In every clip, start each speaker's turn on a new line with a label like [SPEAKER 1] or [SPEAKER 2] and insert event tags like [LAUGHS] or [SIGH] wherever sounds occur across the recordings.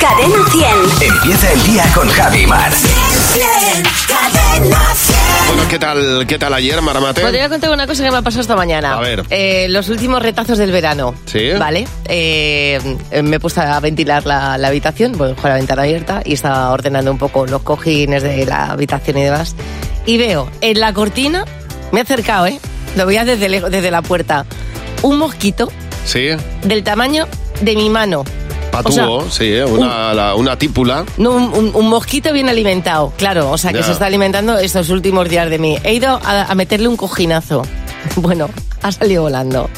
[SPEAKER 1] Cadena 100.
[SPEAKER 2] Empieza el día con Javi Mar.
[SPEAKER 1] Cadena 100.
[SPEAKER 3] Bueno, ¿qué tal, qué tal ayer, Maramate?
[SPEAKER 4] Bueno, te voy a contar una cosa que me ha pasado esta mañana.
[SPEAKER 3] A ver.
[SPEAKER 4] Eh, los últimos retazos del verano.
[SPEAKER 3] Sí.
[SPEAKER 4] Vale. Eh, me he puesto a ventilar la, la habitación, bueno, con la ventana abierta y estaba ordenando un poco los cojines de la habitación y demás. Y veo en la cortina, me he acercado, ¿eh? Lo veía desde, lejos, desde la puerta. Un mosquito
[SPEAKER 3] Sí,
[SPEAKER 4] del tamaño de mi mano.
[SPEAKER 3] patúo,
[SPEAKER 4] O sea, uh.
[SPEAKER 3] sí, eh, una, la- una típula.
[SPEAKER 4] No, un, un- un mosquito bien alimentado, claro, o sea que
[SPEAKER 3] Ya.
[SPEAKER 4] se está alimentando estos últimos días de mí. He ido a, a meterle un cojinazo. [LAUGHS] Bueno, ha salido volando.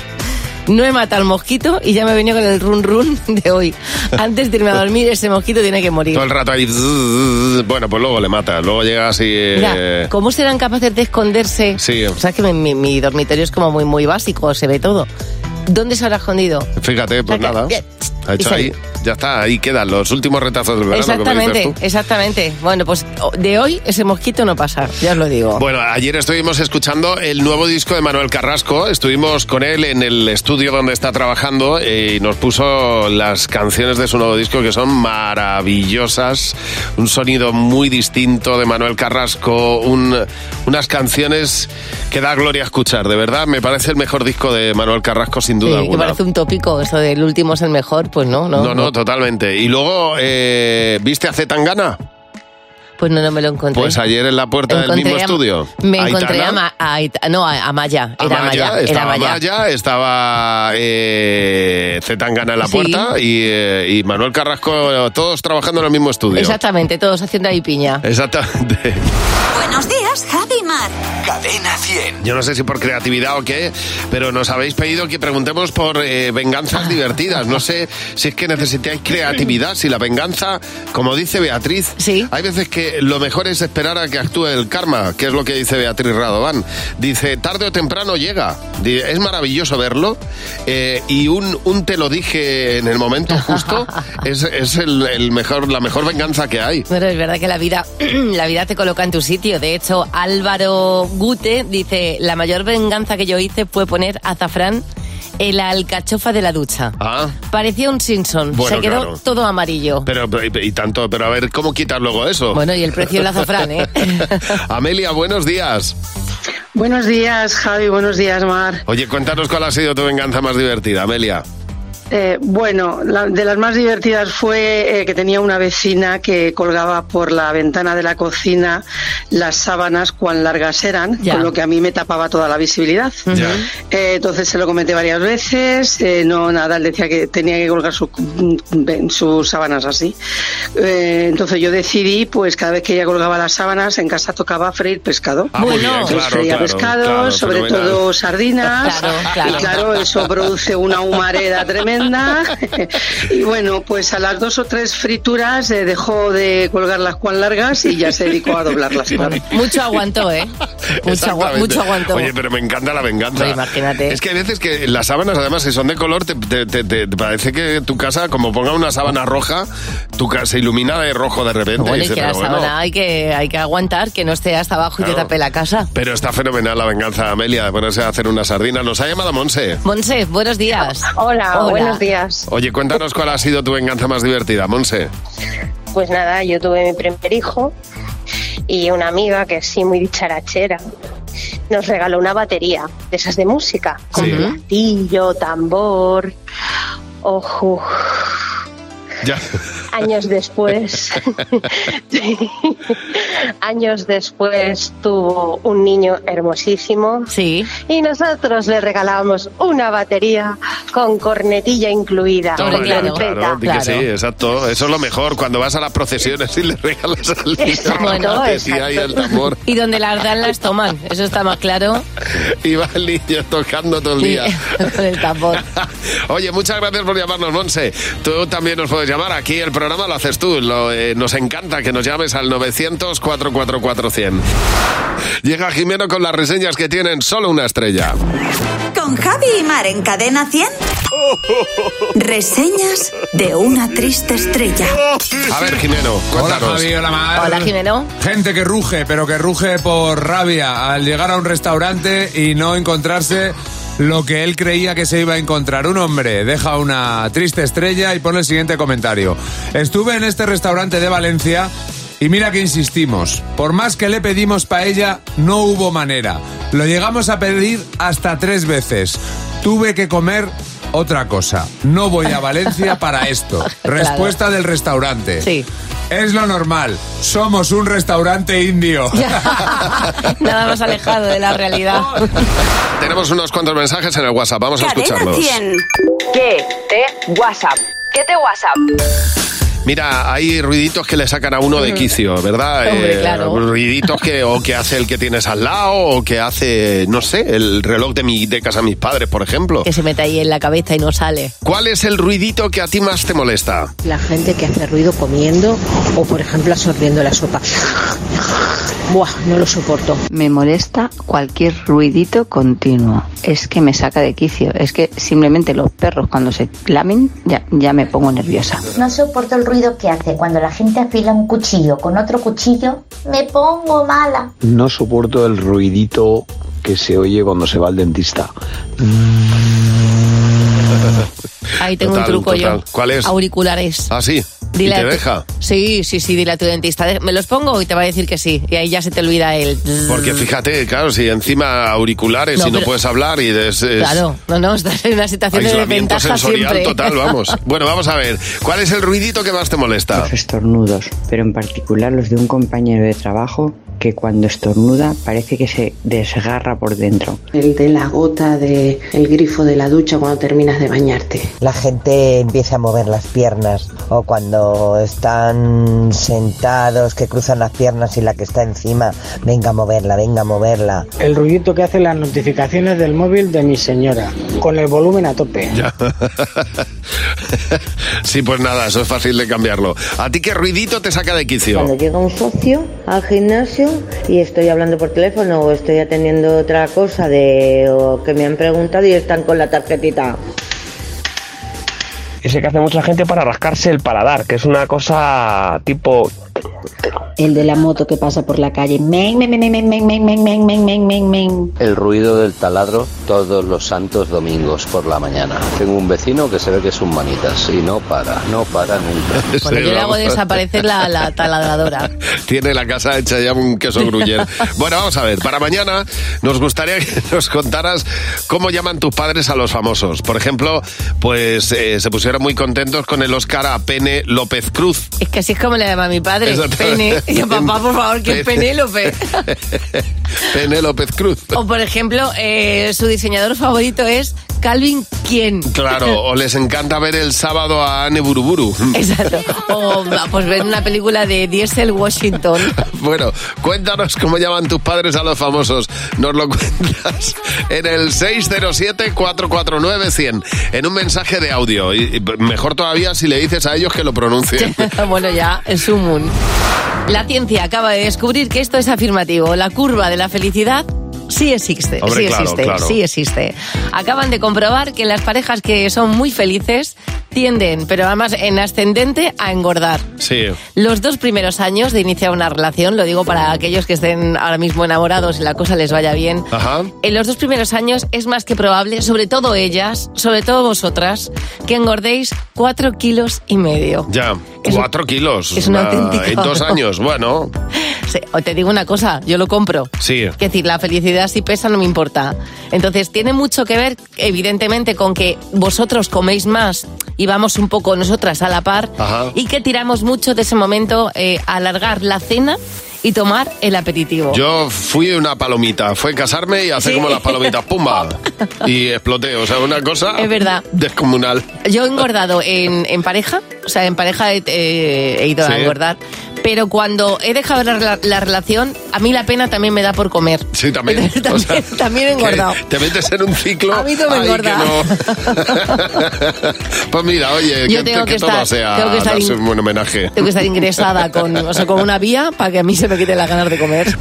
[SPEAKER 4] No he matado al mosquito y ya me he venido con el run run de hoy. Antes de irme a dormir, ese mosquito tiene que morir.
[SPEAKER 3] Todo el rato ahí. zzzz. Bueno, pues luego le mata. Luego llega así. eh,
[SPEAKER 4] Mira, ¿cómo serán capaces de esconderse?
[SPEAKER 3] Sí.
[SPEAKER 4] O sea que mi, mi- mi dormitorio es como muy, muy básico, se ve todo. ¿Dónde se habrá escondido?
[SPEAKER 3] Fíjate, pues
[SPEAKER 4] Saca-
[SPEAKER 3] nada.
[SPEAKER 4] Bien.
[SPEAKER 3] Ha hecho
[SPEAKER 4] Y
[SPEAKER 3] ahí.
[SPEAKER 4] sale.
[SPEAKER 3] Ya está, ahí quedan los últimos retazos del verano. como dices
[SPEAKER 4] exactamente,
[SPEAKER 3] tú.
[SPEAKER 4] exactamente. Bueno, pues o- de hoy ese mosquito no pasa, ya os lo digo.
[SPEAKER 3] Bueno, ayer estuvimos escuchando el nuevo disco de Manuel Carrasco. Estuvimos con él en el estudio donde está trabajando eh, y nos puso las canciones de su nuevo disco que son maravillosas. Un sonido muy distinto de Manuel Carrasco. un- unas canciones que da gloria escuchar. De verdad, me parece el mejor disco de Manuel Carrasco, sin duda
[SPEAKER 4] Sí, que
[SPEAKER 3] alguna.
[SPEAKER 4] parece un tópico, eso del último es el mejor, pues no, no.
[SPEAKER 3] No, no, totalmente. Y luego, eh, ¿viste a Zetangana?
[SPEAKER 4] Pues no, no me lo encontré.
[SPEAKER 3] Pues ayer en la puerta del
[SPEAKER 4] Encontré
[SPEAKER 3] mismo
[SPEAKER 4] a-
[SPEAKER 3] estudio.
[SPEAKER 4] Me
[SPEAKER 3] Aitana.
[SPEAKER 4] encontré a, Ma- a Ait- no, a, a Maya, era
[SPEAKER 3] Amaya,
[SPEAKER 4] Maya, era
[SPEAKER 3] estaba
[SPEAKER 4] Maya.
[SPEAKER 3] Amaya, estaba eh, Zetangana en la
[SPEAKER 4] Sí.
[SPEAKER 3] puerta y, eh, y Manuel Carrasco, todos trabajando en el mismo estudio.
[SPEAKER 4] Exactamente, todos haciendo ahí piña.
[SPEAKER 3] Exactamente.
[SPEAKER 1] Buenos días, Javi y Mar.
[SPEAKER 2] Cadena 100.
[SPEAKER 3] Yo no sé si por creatividad o qué, pero nos habéis pedido que preguntemos por eh, venganzas divertidas. No sé si es que necesitáis creatividad, si la venganza, como dice Beatriz,
[SPEAKER 4] Sí.
[SPEAKER 3] hay veces que lo mejor es esperar a que actúe el karma, que es lo que dice Beatriz Radovan. Dice, tarde o temprano llega. Di- Es maravilloso verlo. eh, y un, un te lo dije en el momento
[SPEAKER 4] [LAUGHS]
[SPEAKER 3] justo es, es el- el mejor, la mejor venganza que hay.
[SPEAKER 4] Bueno, es verdad que la vida, [CLEARS THROAT] la vida te coloca en tu sitio. De hecho, Álvaro Gute dice, la mayor venganza que yo hice fue poner azafrán en la alcachofa de la ducha.
[SPEAKER 3] Ah.
[SPEAKER 4] Parecía un Simpson,
[SPEAKER 3] Bueno,
[SPEAKER 4] se quedó
[SPEAKER 3] claro.
[SPEAKER 4] todo amarillo.
[SPEAKER 3] Pero, pero- y, y tanto, pero a ver, ¿cómo quitas luego eso?
[SPEAKER 4] Oh. Bueno, y el precio del azafrán, ¿eh?
[SPEAKER 3] Amelia, buenos días.
[SPEAKER 5] Buenos días, Javi. Buenos días, Mar.
[SPEAKER 3] Oye, cuéntanos cuál ha sido tu venganza más divertida, Amelia.
[SPEAKER 5] Eh, bueno, la- de las más divertidas fue eh, que tenía una vecina que colgaba por la ventana de la cocina las sábanas cuán largas eran,
[SPEAKER 4] Ya.
[SPEAKER 5] con lo que a mí me tapaba toda la visibilidad.
[SPEAKER 3] Ya.
[SPEAKER 5] Eh, entonces se lo comenté varias veces, eh, no nada, él decía que tenía que colgar su- mm, sus sábanas así. Eh, entonces yo decidí, pues cada vez que ella colgaba las sábanas, en casa tocaba freír pescado.
[SPEAKER 3] Ah, muy bien,
[SPEAKER 4] Bueno.
[SPEAKER 5] Entonces,
[SPEAKER 3] claro,
[SPEAKER 5] freía
[SPEAKER 3] claro,
[SPEAKER 5] pescado,
[SPEAKER 3] claro,
[SPEAKER 5] sobre
[SPEAKER 3] fenomenal.
[SPEAKER 5] todo sardinas.
[SPEAKER 4] Claro, claro.
[SPEAKER 5] Y claro, eso produce una humareda tremenda. [LAUGHS] y bueno, pues a las dos o tres frituras eh, dejó de colgar las cuan largas y ya se dedicó a doblarlas.
[SPEAKER 3] [LAUGHS]
[SPEAKER 5] claro.
[SPEAKER 4] Mucho aguantó, ¿eh? Mucho, agua-
[SPEAKER 3] Exactamente.
[SPEAKER 4] mucho aguantó.
[SPEAKER 3] Oye, pero me encanta la venganza.
[SPEAKER 4] Hombre, imagínate.
[SPEAKER 3] Es que hay veces que las sábanas, además, si son de color, te, te- te- te- te parece que tu casa, como ponga una sábana roja, tu casa se ilumina de rojo de repente.
[SPEAKER 4] Bueno,
[SPEAKER 3] y
[SPEAKER 4] es
[SPEAKER 3] dices,
[SPEAKER 4] que la
[SPEAKER 3] pero bueno.
[SPEAKER 4] sábana hay que, hay que aguantar, que no esté hasta abajo y te
[SPEAKER 3] Claro.
[SPEAKER 4] tape la casa.
[SPEAKER 3] Pero está fenomenal la venganza, Amelia, de ponerse a hacer una sardina. Nos ha llamado Monse.
[SPEAKER 4] Monse, buenos días.
[SPEAKER 6] Hola, buenos días.
[SPEAKER 3] Oye, cuéntanos cuál ha sido tu venganza más divertida, Monse.
[SPEAKER 6] Pues nada, yo tuve mi primer hijo y una amiga que sí, muy dicharachera, nos regaló una batería de esas de música, con
[SPEAKER 3] Sí.
[SPEAKER 6] platillo, tambor. Ojo,
[SPEAKER 3] Ya.
[SPEAKER 6] años
[SPEAKER 3] [LAUGHS]
[SPEAKER 6] después, años después tuvo un niño hermosísimo
[SPEAKER 4] Sí.
[SPEAKER 6] y nosotros le regalábamos una batería con cornetilla incluida,
[SPEAKER 4] Toma
[SPEAKER 6] con
[SPEAKER 4] ya,
[SPEAKER 3] Ah, claro,
[SPEAKER 6] trompeta.
[SPEAKER 3] claro, di que
[SPEAKER 4] claro.
[SPEAKER 3] sí, exacto. Eso es lo mejor, cuando vas a las procesiones y le regalas al niño
[SPEAKER 6] Exacto,
[SPEAKER 3] la batería y el
[SPEAKER 6] exacto.
[SPEAKER 3] tambor.
[SPEAKER 4] [LAUGHS] Y donde las dan las toman, eso está más claro.
[SPEAKER 3] Y va el niño tocando todo el
[SPEAKER 4] Sí,
[SPEAKER 3] día.
[SPEAKER 4] [LAUGHS] con el tambor.
[SPEAKER 3] Oye, muchas gracias por llamarnos, Monse. Tú también nos puedes llamar. Aquí el programa lo haces tú. Lo, eh, nos encanta que nos llames al 900-444-100. Llega Jimeno con las reseñas que tienen solo una estrella.
[SPEAKER 1] Con Javi y Mar en Cadena 100. Reseñas de una triste estrella.
[SPEAKER 3] A ver, Jimeno,
[SPEAKER 7] Hola
[SPEAKER 3] cuéntanos.
[SPEAKER 7] Javi, hola Mar.
[SPEAKER 4] Hola,
[SPEAKER 3] [LAUGHS]
[SPEAKER 4] Jimeno.
[SPEAKER 7] Gente que ruge, pero que ruge por rabia al llegar a un restaurante y no encontrarse lo que él creía que se iba a encontrar. Un hombre deja una triste estrella y pone el siguiente comentario. Estuve en este restaurante de Valencia y mira que insistimos. Por más que le pedimos paella, no hubo manera. Lo llegamos a pedir hasta tres veces. Tuve que comer otra cosa. No voy a Valencia
[SPEAKER 3] [LAUGHS]
[SPEAKER 7] para
[SPEAKER 4] [LAUGHS]
[SPEAKER 7] esto. Respuesta del restaurante.
[SPEAKER 4] Sí.
[SPEAKER 7] Es lo normal. Somos un restaurante
[SPEAKER 4] [LAUGHS]
[SPEAKER 7] indio.
[SPEAKER 4] Nada más alejado de la realidad.
[SPEAKER 3] Tenemos unos cuantos mensajes en el WhatsApp, vamos a
[SPEAKER 8] Cadena
[SPEAKER 3] escucharlos.
[SPEAKER 8] 100.
[SPEAKER 9] ¿Qué te WhatsApp? ¿Qué te WhatsApp?
[SPEAKER 3] Mira, hay ruiditos que le sacan a uno de quicio, ¿verdad? Eh,
[SPEAKER 4] Hombre, claro.
[SPEAKER 3] Ruiditos que o que hace el que tienes al lado o que hace, no sé, el reloj de mi de casa de mis padres, por ejemplo.
[SPEAKER 4] Que se mete ahí en la cabeza y no sale.
[SPEAKER 3] ¿Cuál es el ruidito que a ti más te molesta?
[SPEAKER 1] la gente que hace ruido comiendo o, por ejemplo, absorbiendo la sopa. Buah, no lo soporto.
[SPEAKER 10] Me molesta cualquier ruidito continuo. Es que me saca de quicio. Es que simplemente los perros cuando se lamen ya, ya me pongo nerviosa.
[SPEAKER 11] No soporto el ruido que hace cuando la gente afila un cuchillo con otro cuchillo. Me pongo mala.
[SPEAKER 12] No soporto el ruidito que se oye cuando se va al dentista.
[SPEAKER 4] Ahí tengo
[SPEAKER 3] Total,
[SPEAKER 4] un truco
[SPEAKER 3] total.
[SPEAKER 4] yo.
[SPEAKER 3] ¿Cuál es?
[SPEAKER 4] Auriculares.
[SPEAKER 3] [LAUGHS] Ah, sí.
[SPEAKER 4] Dile
[SPEAKER 3] y
[SPEAKER 4] a
[SPEAKER 3] te
[SPEAKER 4] tu-
[SPEAKER 3] deja.
[SPEAKER 4] Sí, sí, sí, dile a tu dentista. "De- Me los pongo y te va a decir que sí. Y ahí ya se te olvida el.
[SPEAKER 3] Porque fíjate, claro, si encima auriculares
[SPEAKER 4] No,
[SPEAKER 3] y no
[SPEAKER 4] pero-
[SPEAKER 3] puedes hablar y es, es
[SPEAKER 4] Claro, no, no, estás en una situación de
[SPEAKER 3] aislamiento
[SPEAKER 4] desventaja
[SPEAKER 3] sensorial
[SPEAKER 4] siempre.
[SPEAKER 3] total, vamos.
[SPEAKER 4] [LAUGHS]
[SPEAKER 3] Bueno, vamos a ver. ¿Cuál es el ruidito que más te molesta?
[SPEAKER 1] Los estornudos, pero en particular los de un compañero de trabajo que cuando estornuda parece que se desgarra por dentro.
[SPEAKER 13] El de la gota del grifo de la ducha cuando terminas de bañarte.
[SPEAKER 14] La gente empieza a mover las piernas o cuando están sentados que cruzan las piernas y la que está encima, venga a moverla, venga a moverla.
[SPEAKER 1] El ruidito que hacen las notificaciones del móvil de mi señora, con el volumen a tope.
[SPEAKER 3] Ya. [LAUGHS] sí, pues nada, eso es fácil de cambiarlo. ¿A ti qué ruidito te saca de quicio?
[SPEAKER 1] llega un socio al gimnasio y estoy hablando por teléfono o estoy atendiendo otra cosa de o que me han preguntado y están con la tarjetita.
[SPEAKER 15] Ese que hace mucha gente para rascarse el paladar, que es una cosa tipo...
[SPEAKER 1] El de la moto que pasa por la calle. Men, men, men, men, men, men, men, men, men, men, men, men.
[SPEAKER 16] El ruido del taladro todos los santos domingos por la mañana. Tengo un vecino que se ve que es un manitas y no para, no para
[SPEAKER 3] [LAUGHS]
[SPEAKER 16] nunca.
[SPEAKER 4] Bueno, yo le hago desaparecer la, la taladradora.
[SPEAKER 3] Tiene la casa hecha ya
[SPEAKER 4] [LAUGHS]
[SPEAKER 3] un queso gruyer. Bueno, vamos a ver. Para mañana nos gustaría que [LAUGHS] nos contaras cómo llaman tus padres a los famosos. Por ejemplo, pues eh, se pusieron muy contentos con el Oscar a Pene López Cruz.
[SPEAKER 4] Es que así es como le llama a mi padre. Pene.
[SPEAKER 3] [LAUGHS] Exactamente.
[SPEAKER 4] Y yo, papá, por favor, que es
[SPEAKER 3] Pene.
[SPEAKER 4] Penélope.
[SPEAKER 3] Pene López Cruz.
[SPEAKER 4] O por ejemplo, eh, su diseñador favorito es Calvin Quien.
[SPEAKER 3] Claro, o les encanta ver el sábado a Anne Buruburu.
[SPEAKER 4] Exacto. O pues ver una película de Diesel Washington.
[SPEAKER 3] [LAUGHS] Bueno, cuéntanos cómo llaman tus padres a los famosos. Nos lo cuentas en el 607-449-100. En un mensaje de audio. Y y mejor todavía si le dices a ellos que lo
[SPEAKER 4] [LAUGHS]
[SPEAKER 3] pronuncien.
[SPEAKER 4] bueno, ya, es un moon. La ciencia acaba de descubrir que esto es afirmativo. La curva de la felicidad sí existe.
[SPEAKER 3] Hombre,
[SPEAKER 4] sí
[SPEAKER 3] claro,
[SPEAKER 4] existe,
[SPEAKER 3] claro.
[SPEAKER 4] sí existe. Acaban de comprobar que las parejas que son muy felices tienden, pero además en ascendente, a engordar.
[SPEAKER 3] Sí.
[SPEAKER 4] Los dos primeros años de iniciar una relación, lo digo para aquellos que estén ahora mismo enamorados y la cosa les vaya bien,
[SPEAKER 3] Ajá.
[SPEAKER 4] en los dos primeros años es más que probable, sobre todo ellas, sobre todo vosotras, que engordéis cuatro kilos y medio.
[SPEAKER 3] Ya,
[SPEAKER 4] Es un-
[SPEAKER 3] cuatro kilos.
[SPEAKER 4] es un
[SPEAKER 3] Ah,
[SPEAKER 4] auténtico-
[SPEAKER 3] En
[SPEAKER 4] [LAUGHS]
[SPEAKER 3] dos años, bueno,
[SPEAKER 4] Sí, o te digo una cosa, yo lo compro.
[SPEAKER 3] sí.
[SPEAKER 4] Es decir, la felicidad si pesa no me importa. Entonces, tiene mucho que ver, evidentemente, con que vosotros coméis más y vamos un poco nosotras a la par
[SPEAKER 3] Ajá.
[SPEAKER 4] y que tiramos mucho de ese momento eh, a alargar la cena y tomar el aperitivo.
[SPEAKER 3] Yo fui una palomita, fue casarme y hacer
[SPEAKER 4] Sí.
[SPEAKER 3] como las
[SPEAKER 4] [LAUGHS]
[SPEAKER 3] palomitas, ¡pumba! Y exploté, o sea, una cosa
[SPEAKER 4] Es verdad.
[SPEAKER 3] descomunal.
[SPEAKER 4] Yo he engordado en, en pareja, o sea, en pareja he, eh, he ido
[SPEAKER 3] Sí.
[SPEAKER 4] a engordar, pero cuando he dejado la, la- la relación, a mí la pena también me da por comer.
[SPEAKER 3] Sí, también.
[SPEAKER 4] [LAUGHS] También- también he
[SPEAKER 3] que
[SPEAKER 4] engordado.
[SPEAKER 3] Te metes en un ciclo.
[SPEAKER 4] A mí no me
[SPEAKER 3] ay, que
[SPEAKER 4] engorda. [LAUGHS]
[SPEAKER 3] no. [LAUGHS] pues mira, oye,
[SPEAKER 4] Yo
[SPEAKER 3] que,
[SPEAKER 4] tengo
[SPEAKER 3] que
[SPEAKER 4] que
[SPEAKER 3] todo
[SPEAKER 4] estar-
[SPEAKER 3] sea
[SPEAKER 4] tengo que estar
[SPEAKER 3] darse
[SPEAKER 4] in-
[SPEAKER 3] un buen homenaje.
[SPEAKER 4] Tengo que estar ingresada con, o sea, con una vía para que a mí se me quiten las ganas de comer.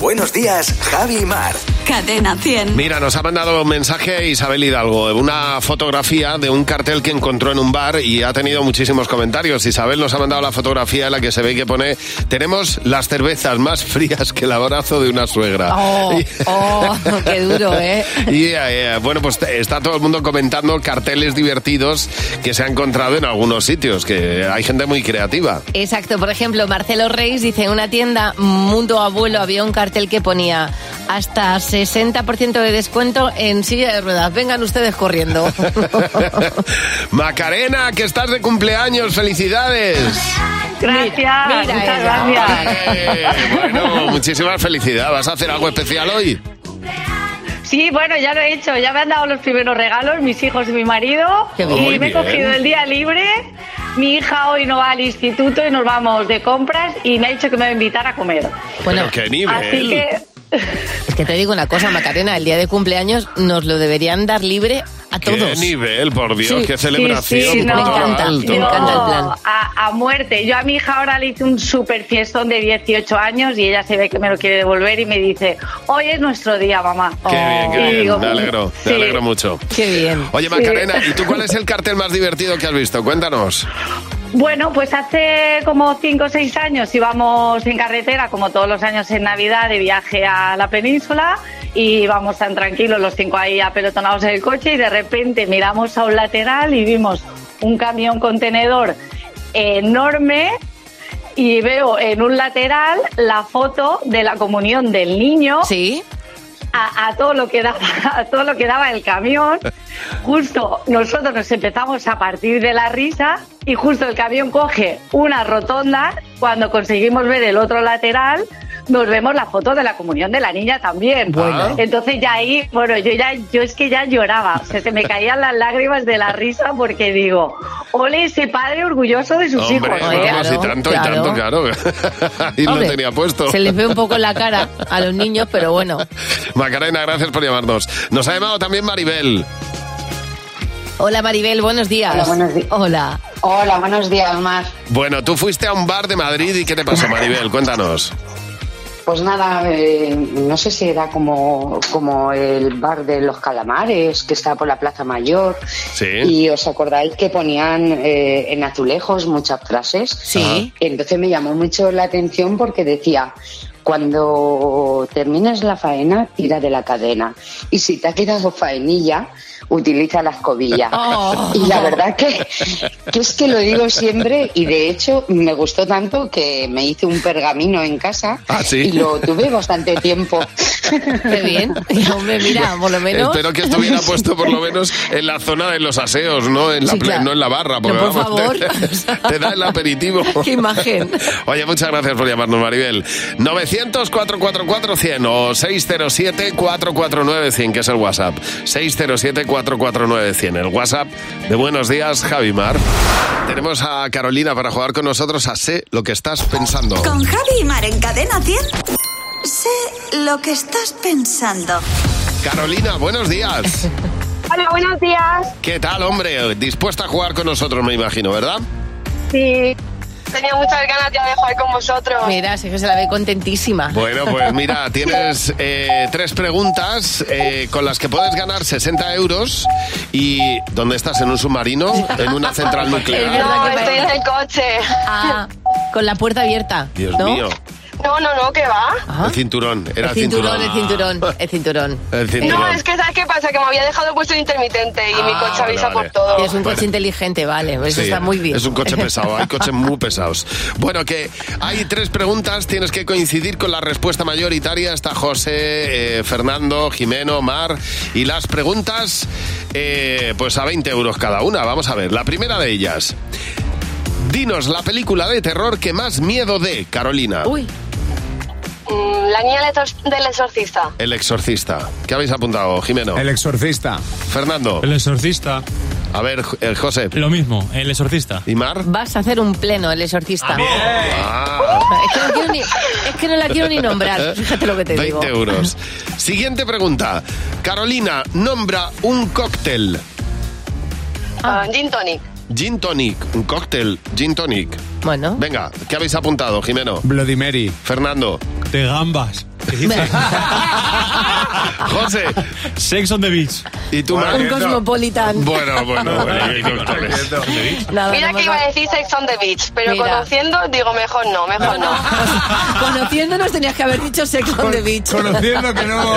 [SPEAKER 2] Buenos días, Javi y Mar.
[SPEAKER 8] Cadena 100.
[SPEAKER 3] Mira, nos ha mandado un mensaje Isabel Hidalgo, una fotografía de un cartel que encontró en un bar y ha tenido muchísimos comentarios. Isabel nos ha mandado la fotografía en la que se ve que pone tenemos las cervezas más frías que el abrazo de una suegra.
[SPEAKER 4] Oh,
[SPEAKER 3] [LAUGHS]
[SPEAKER 4] oh, qué duro, ¿eh?
[SPEAKER 3] Y eh, bueno, pues está todo el mundo comentando carteles divertidos que se ha encontrado en algunos sitios, que hay gente muy creativa.
[SPEAKER 4] Exacto, por ejemplo, Marcelo Reis dice, en una tienda Mundo Abuelo había un cartel que ponía hasta 60% de descuento en silla de ruedas. Vengan ustedes corriendo.
[SPEAKER 3] Macarena, que estás de cumpleaños, felicidades.
[SPEAKER 5] Gracias, muchas gracias.
[SPEAKER 3] Eh, bueno, muchísimas felicidades. ¿Vas a hacer algo especial hoy?
[SPEAKER 5] Sí, bueno, ya lo he hecho. Ya me han dado los primeros regalos, mis hijos y mi marido.
[SPEAKER 3] Qué bien. Muy
[SPEAKER 5] y me he
[SPEAKER 3] bien.
[SPEAKER 5] cogido el día libre. Mi hija hoy no va al instituto y nos vamos de compras y me ha dicho que me va a invitar a comer. Eh,
[SPEAKER 3] Bueno, qué nivel.
[SPEAKER 5] Así que
[SPEAKER 4] Es que te digo una cosa, Macarena, el día de cumpleaños nos lo deberían dar libre a
[SPEAKER 3] Qué
[SPEAKER 4] todos.
[SPEAKER 3] nivel, por Dios,
[SPEAKER 4] Sí,
[SPEAKER 3] qué
[SPEAKER 4] sí,
[SPEAKER 3] celebración.
[SPEAKER 4] sí,
[SPEAKER 3] por
[SPEAKER 4] me
[SPEAKER 3] todo
[SPEAKER 4] encanta,
[SPEAKER 3] alto.
[SPEAKER 4] me encanta el plan.
[SPEAKER 5] No, Oh, a, a muerte. Yo a mi hija ahora le hice un super fiestón de 18 años y ella se ve que me lo quiere devolver y me dice, hoy es nuestro día, mamá.
[SPEAKER 3] Qué bien, qué
[SPEAKER 5] Y
[SPEAKER 3] bien.
[SPEAKER 5] digo,
[SPEAKER 3] me alegro,
[SPEAKER 5] sí.
[SPEAKER 3] me alegro mucho.
[SPEAKER 4] Qué bien.
[SPEAKER 3] Oye, Macarena, ¿y tú cuál es el cartel más divertido que has visto? Cuéntanos.
[SPEAKER 5] Bueno, pues hace como 5 o 6 años íbamos en carretera, como todos los años en Navidad, de viaje a la península y íbamos tan tranquilos los cinco ahí apelotonados en el coche y de repente miramos a un lateral y vimos un camión contenedor enorme y veo en un lateral la foto de la comunión del niño.
[SPEAKER 4] Sí.
[SPEAKER 5] A, a todo lo que daba, [LAUGHS] a todo lo que daba el camión. Justo nosotros nos empezamos a partir de la risa y justo el camión coge una rotonda. Cuando conseguimos ver el otro lateral, nos vemos la foto de la comunión de la niña también.
[SPEAKER 17] Bueno.
[SPEAKER 5] Entonces ya ahí, bueno, yo ya, yo es que ya lloraba. O sea, se me caían las lágrimas de la risa porque digo, ole ese padre orgulloso de sus
[SPEAKER 3] Hombre,
[SPEAKER 5] hijos. ¿eh?
[SPEAKER 3] vamos, y tanto, y tanto, claro. [LAUGHS] y lo
[SPEAKER 4] Hombre,
[SPEAKER 3] tenía puesto.
[SPEAKER 4] Se les ve un poco la cara a los niños, pero bueno.
[SPEAKER 3] Macarena, gracias por llamarnos. Nos ha llamado también Maribel.
[SPEAKER 4] Hola Maribel, buenos días.
[SPEAKER 18] Hola, buenos
[SPEAKER 4] Hola.
[SPEAKER 18] Hola, buenos días, Mar.
[SPEAKER 3] Bueno, tú fuiste a un bar de Madrid y ¿qué te pasó, Maribel? Cuéntanos.
[SPEAKER 18] Pues nada, eh, no sé si era como, como el bar de los calamares que está por la Plaza Mayor.
[SPEAKER 3] Sí.
[SPEAKER 18] Y os acordáis que ponían eh, en azulejos muchas frases.
[SPEAKER 3] Sí.
[SPEAKER 18] Entonces me llamó mucho la atención porque decía, cuando termines la faena, tira de la cadena. Y si te ha quedado faenilla, utiliza
[SPEAKER 4] [LAUGHS]
[SPEAKER 18] la escobilla.
[SPEAKER 17] Oh.
[SPEAKER 18] Y la verdad que, que es que lo digo siempre y de hecho me gustó tanto que me hice un pergamino en casa
[SPEAKER 3] Ah, ¿sí?
[SPEAKER 18] y lo tuve bastante tiempo.
[SPEAKER 4] Qué
[SPEAKER 18] [LAUGHS]
[SPEAKER 4] bien. Hombre, mira, por lo menos.
[SPEAKER 3] Espero
[SPEAKER 4] [LAUGHS]
[SPEAKER 3] que estuviera puesto por lo menos en la zona de los aseos, no en la,
[SPEAKER 4] Sí,
[SPEAKER 3] ple-
[SPEAKER 4] claro.
[SPEAKER 3] no en la barra.
[SPEAKER 4] Pero
[SPEAKER 3] Ah, Porque,
[SPEAKER 4] por
[SPEAKER 3] vamos,
[SPEAKER 4] favor. [LAUGHS]
[SPEAKER 3] Te, te da el aperitivo.
[SPEAKER 4] Qué imagen.
[SPEAKER 3] Oye, muchas gracias por llamarnos, Maribel. 900-444-100 o 607-449-100, que es el WhatsApp. 607-449-100, el WhatsApp de Buenos Días, Javimar. Tenemos a Carolina para jugar con nosotros a Sé lo que estás pensando.
[SPEAKER 8] Con Javi y Mar en Cadena 100. Sé lo que estás pensando.
[SPEAKER 3] Carolina, buenos días.
[SPEAKER 17] Hola, buenos días.
[SPEAKER 3] ¿Qué tal, hombre? Dispuesta a jugar con nosotros, me imagino, ¿verdad?
[SPEAKER 17] Sí, tenía muchas ganas ya de jugar con vosotros.
[SPEAKER 4] Mira, sí que se la ve contentísima.
[SPEAKER 3] Bueno,
[SPEAKER 17] [LAUGHS]
[SPEAKER 3] pues mira, tienes eh, tres preguntas eh, con las que puedes ganar 60 euros y ¿dónde estás? ¿En un submarino? ¿En una
[SPEAKER 17] [LAUGHS]
[SPEAKER 3] central
[SPEAKER 17] Es
[SPEAKER 3] nuclear?
[SPEAKER 17] verdad que estoy en el coche.
[SPEAKER 4] Ah, con la puerta abierta.
[SPEAKER 3] Dios
[SPEAKER 4] ¿no?
[SPEAKER 3] mío,
[SPEAKER 17] No, no, no, ¿qué va?
[SPEAKER 3] el cinturón, era
[SPEAKER 4] El cinturón, el
[SPEAKER 3] [LAUGHS]
[SPEAKER 4] cinturón, el cinturón.
[SPEAKER 3] El
[SPEAKER 17] No,
[SPEAKER 3] cinturón.
[SPEAKER 17] es que ¿sabes qué pasa? Que me había dejado puesto el intermitente y mi coche avisa
[SPEAKER 3] Ah, vale, vale.
[SPEAKER 17] por todo.
[SPEAKER 4] Es un coche inteligente, vale, eso
[SPEAKER 3] Sí,
[SPEAKER 4] Pues está muy bien.
[SPEAKER 3] Es
[SPEAKER 4] [LAUGHS]
[SPEAKER 3] un coche pesado, hay coches muy pesados. Bueno, que hay tres preguntas, tienes que coincidir con la respuesta mayoritaria. Está José, eh, Fernando, Jimeno, Mar. Y las preguntas, eh, pues a 20 euros cada una. Vamos a ver, la primera de ellas. Dinos la película de terror que más miedo de, Carolina.
[SPEAKER 17] Mm, La niña del exor- del exorcista.
[SPEAKER 3] El exorcista. ¿Qué habéis apuntado, Jimeno? El exorcista. Fernando. El exorcista. A ver, J- eh, José. Lo mismo, el exorcista. ¿Y Mar?
[SPEAKER 4] Vas a hacer un pleno, el exorcista.
[SPEAKER 3] Ah.
[SPEAKER 4] Es que, no quiero ni- es que no la quiero ni
[SPEAKER 3] [LAUGHS]
[SPEAKER 4] nombrar, fíjate lo que te
[SPEAKER 3] 20
[SPEAKER 4] digo. [LAUGHS]
[SPEAKER 3] euros. Siguiente pregunta. Carolina, nombra un cóctel.
[SPEAKER 17] Ah, gin tonic.
[SPEAKER 3] Gin tonic. Un cóctel. Gin tonic.
[SPEAKER 4] Bueno.
[SPEAKER 3] Venga, ¿qué habéis apuntado, Jimeno? Bloody Mary. Fernando.
[SPEAKER 19] De gambas. ¿Qué dices?
[SPEAKER 4] [LAUGHS]
[SPEAKER 19] José. Sex on the beach.
[SPEAKER 3] ¿Y tú,
[SPEAKER 4] Un cosmopolitan. [LAUGHS]
[SPEAKER 3] Bueno, bueno, bueno, ¿y qué cócteles?
[SPEAKER 4] Nada,
[SPEAKER 17] Mira
[SPEAKER 4] no
[SPEAKER 17] que
[SPEAKER 4] me
[SPEAKER 17] iba
[SPEAKER 4] va.
[SPEAKER 17] a decir Sex on the Beach, pero
[SPEAKER 4] Mira.
[SPEAKER 17] conociendo digo mejor no, mejor
[SPEAKER 4] [LAUGHS]
[SPEAKER 17] no.
[SPEAKER 4] Conociéndonos tenías que haber dicho Sex on the Beach.
[SPEAKER 7] Conociendo
[SPEAKER 4] [LAUGHS]
[SPEAKER 7] que no.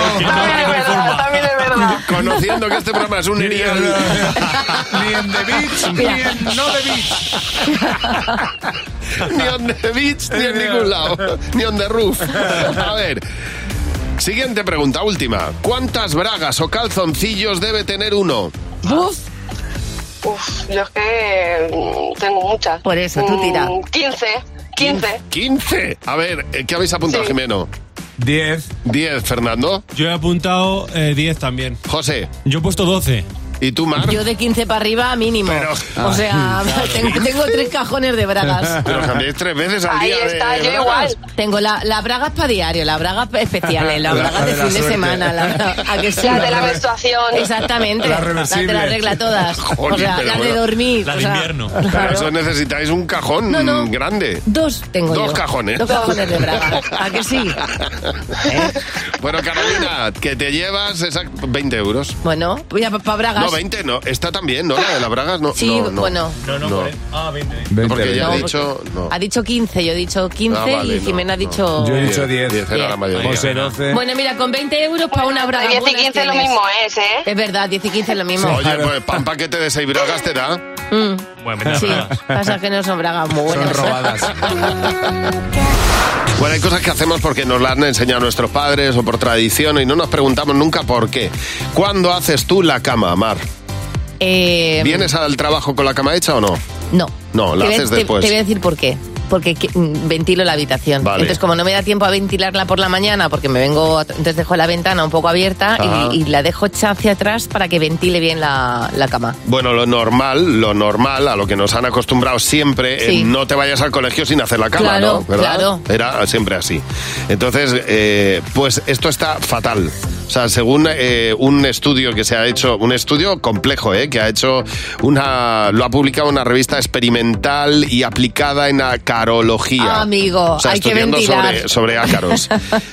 [SPEAKER 3] Conociendo que este programa es un erial. [LAUGHS]
[SPEAKER 7] Ni en The Beach,
[SPEAKER 3] Mira.
[SPEAKER 7] ni en No The Beach.
[SPEAKER 3] [LAUGHS] ni on the beach, ni en ningún lado. Ni on the roof. A ver. Siguiente pregunta, última. ¿Cuántas bragas o calzoncillos debe tener uno?
[SPEAKER 17] Uf, yo es que mm, tengo muchas. Mm,
[SPEAKER 4] Por eso, tú tira.
[SPEAKER 17] 15, 15.
[SPEAKER 3] 15. A ver, eh, ¿qué habéis apuntado,
[SPEAKER 17] Sí.
[SPEAKER 3] Jimeno?
[SPEAKER 19] 10.
[SPEAKER 3] 10, Fernando.
[SPEAKER 19] Yo he apuntado eh, 10 también.
[SPEAKER 3] José.
[SPEAKER 19] Yo he puesto 12.
[SPEAKER 3] ¿Y tú, Mar?
[SPEAKER 4] Yo de 15 para arriba mínimo.
[SPEAKER 3] Ah,
[SPEAKER 4] o sea, [LAUGHS]
[SPEAKER 3] claro.
[SPEAKER 4] tengo, tengo tres cajones de bragas.
[SPEAKER 3] [LAUGHS] Pero cambiáis tres veces al día. de bragas.
[SPEAKER 4] Tengo la, la bragas para diario, las bragas especiales, las
[SPEAKER 3] La
[SPEAKER 4] bragas de
[SPEAKER 3] de la
[SPEAKER 4] fin de
[SPEAKER 3] suerte.
[SPEAKER 4] semana, la braga- a que sí.
[SPEAKER 17] Las de la menstruación.
[SPEAKER 4] Exactamente.
[SPEAKER 3] Las
[SPEAKER 4] Las de
[SPEAKER 3] reversibles.
[SPEAKER 4] la regla
[SPEAKER 3] [LAUGHS]
[SPEAKER 4] todas.
[SPEAKER 3] Joder,
[SPEAKER 4] o sea,
[SPEAKER 3] pero
[SPEAKER 4] las de
[SPEAKER 3] bueno.
[SPEAKER 4] dormir. o sea, [LAUGHS]
[SPEAKER 3] Pero eso necesitáis un cajón
[SPEAKER 4] No, no.
[SPEAKER 3] grande.
[SPEAKER 4] Dos tengo
[SPEAKER 3] Dos
[SPEAKER 4] yo.
[SPEAKER 3] cajones.
[SPEAKER 4] Dos cajones de bragas. ¿A que sí?
[SPEAKER 3] [LAUGHS] Bueno, Carolina, que te llevas exact- 20 euros.
[SPEAKER 4] Bueno, voy a para bragas.
[SPEAKER 3] No, 20 no. Esta también, ¿no? La de las bragas no.
[SPEAKER 4] Sí,
[SPEAKER 3] no, no.
[SPEAKER 4] bueno.
[SPEAKER 19] No, no, por- Ah, 20.
[SPEAKER 3] No, porque ya
[SPEAKER 4] No,
[SPEAKER 3] he dicho.
[SPEAKER 4] porque
[SPEAKER 3] No.
[SPEAKER 4] Ha dicho 15, yo he dicho 15
[SPEAKER 3] Ah, vale,
[SPEAKER 4] y
[SPEAKER 3] no,
[SPEAKER 4] Jimena ha dicho...
[SPEAKER 7] Yo he dicho eh, 10.
[SPEAKER 3] era la mayoría.
[SPEAKER 7] José 12.
[SPEAKER 4] Bueno, mira, con 20 euros para una braga.
[SPEAKER 17] 10 y
[SPEAKER 4] buenas
[SPEAKER 17] 15 lo
[SPEAKER 4] tienes.
[SPEAKER 17] mismo es, ¿eh?
[SPEAKER 4] Es verdad, 10 y 15 es lo mismo.
[SPEAKER 3] Oye, pues pa' un paquete de seis bragas te da.
[SPEAKER 4] Mm.
[SPEAKER 3] Bueno,
[SPEAKER 4] Sí, pasa que no son bragas muy buenas.
[SPEAKER 3] Bueno, hay cosas que hacemos porque nos las han enseñado nuestros padres o por tradición y no nos preguntamos nunca por qué. ¿Cuándo haces tú la cama, Mar?
[SPEAKER 4] [LAUGHS] Eh,
[SPEAKER 3] ¿Vienes al trabajo con la cama hecha o no?
[SPEAKER 4] No.
[SPEAKER 3] No,
[SPEAKER 4] Te voy
[SPEAKER 3] la
[SPEAKER 4] a-
[SPEAKER 3] haces
[SPEAKER 4] te-
[SPEAKER 3] después.
[SPEAKER 4] Te voy a decir por qué. Porque que- mm, ventilo la habitación.
[SPEAKER 3] Vale.
[SPEAKER 4] Entonces, como no me da tiempo a ventilarla por la mañana, porque me vengo, a- entonces dejo la ventana un poco abierta
[SPEAKER 3] Ajá.
[SPEAKER 4] y, y la dejo hecha hacia atrás para que ventile bien la, la cama.
[SPEAKER 3] Bueno, lo normal, lo normal, a lo que nos han acostumbrado siempre,
[SPEAKER 4] Sí.
[SPEAKER 3] es no te vayas al colegio sin hacer la cama,
[SPEAKER 4] Claro,
[SPEAKER 3] ¿no? ¿Verdad?
[SPEAKER 4] claro.
[SPEAKER 3] Era siempre así. Entonces, eh, pues esto está fatal. O sea, según eh, un estudio que se ha hecho, un estudio complejo, ¿eh? que ha hecho una, lo ha publicado una revista experimental y aplicada en acarología.
[SPEAKER 4] Ah, Amigo,
[SPEAKER 3] O sea,
[SPEAKER 4] hay que
[SPEAKER 3] estudiando
[SPEAKER 4] ventilar.
[SPEAKER 3] sobre, sobre ácaros.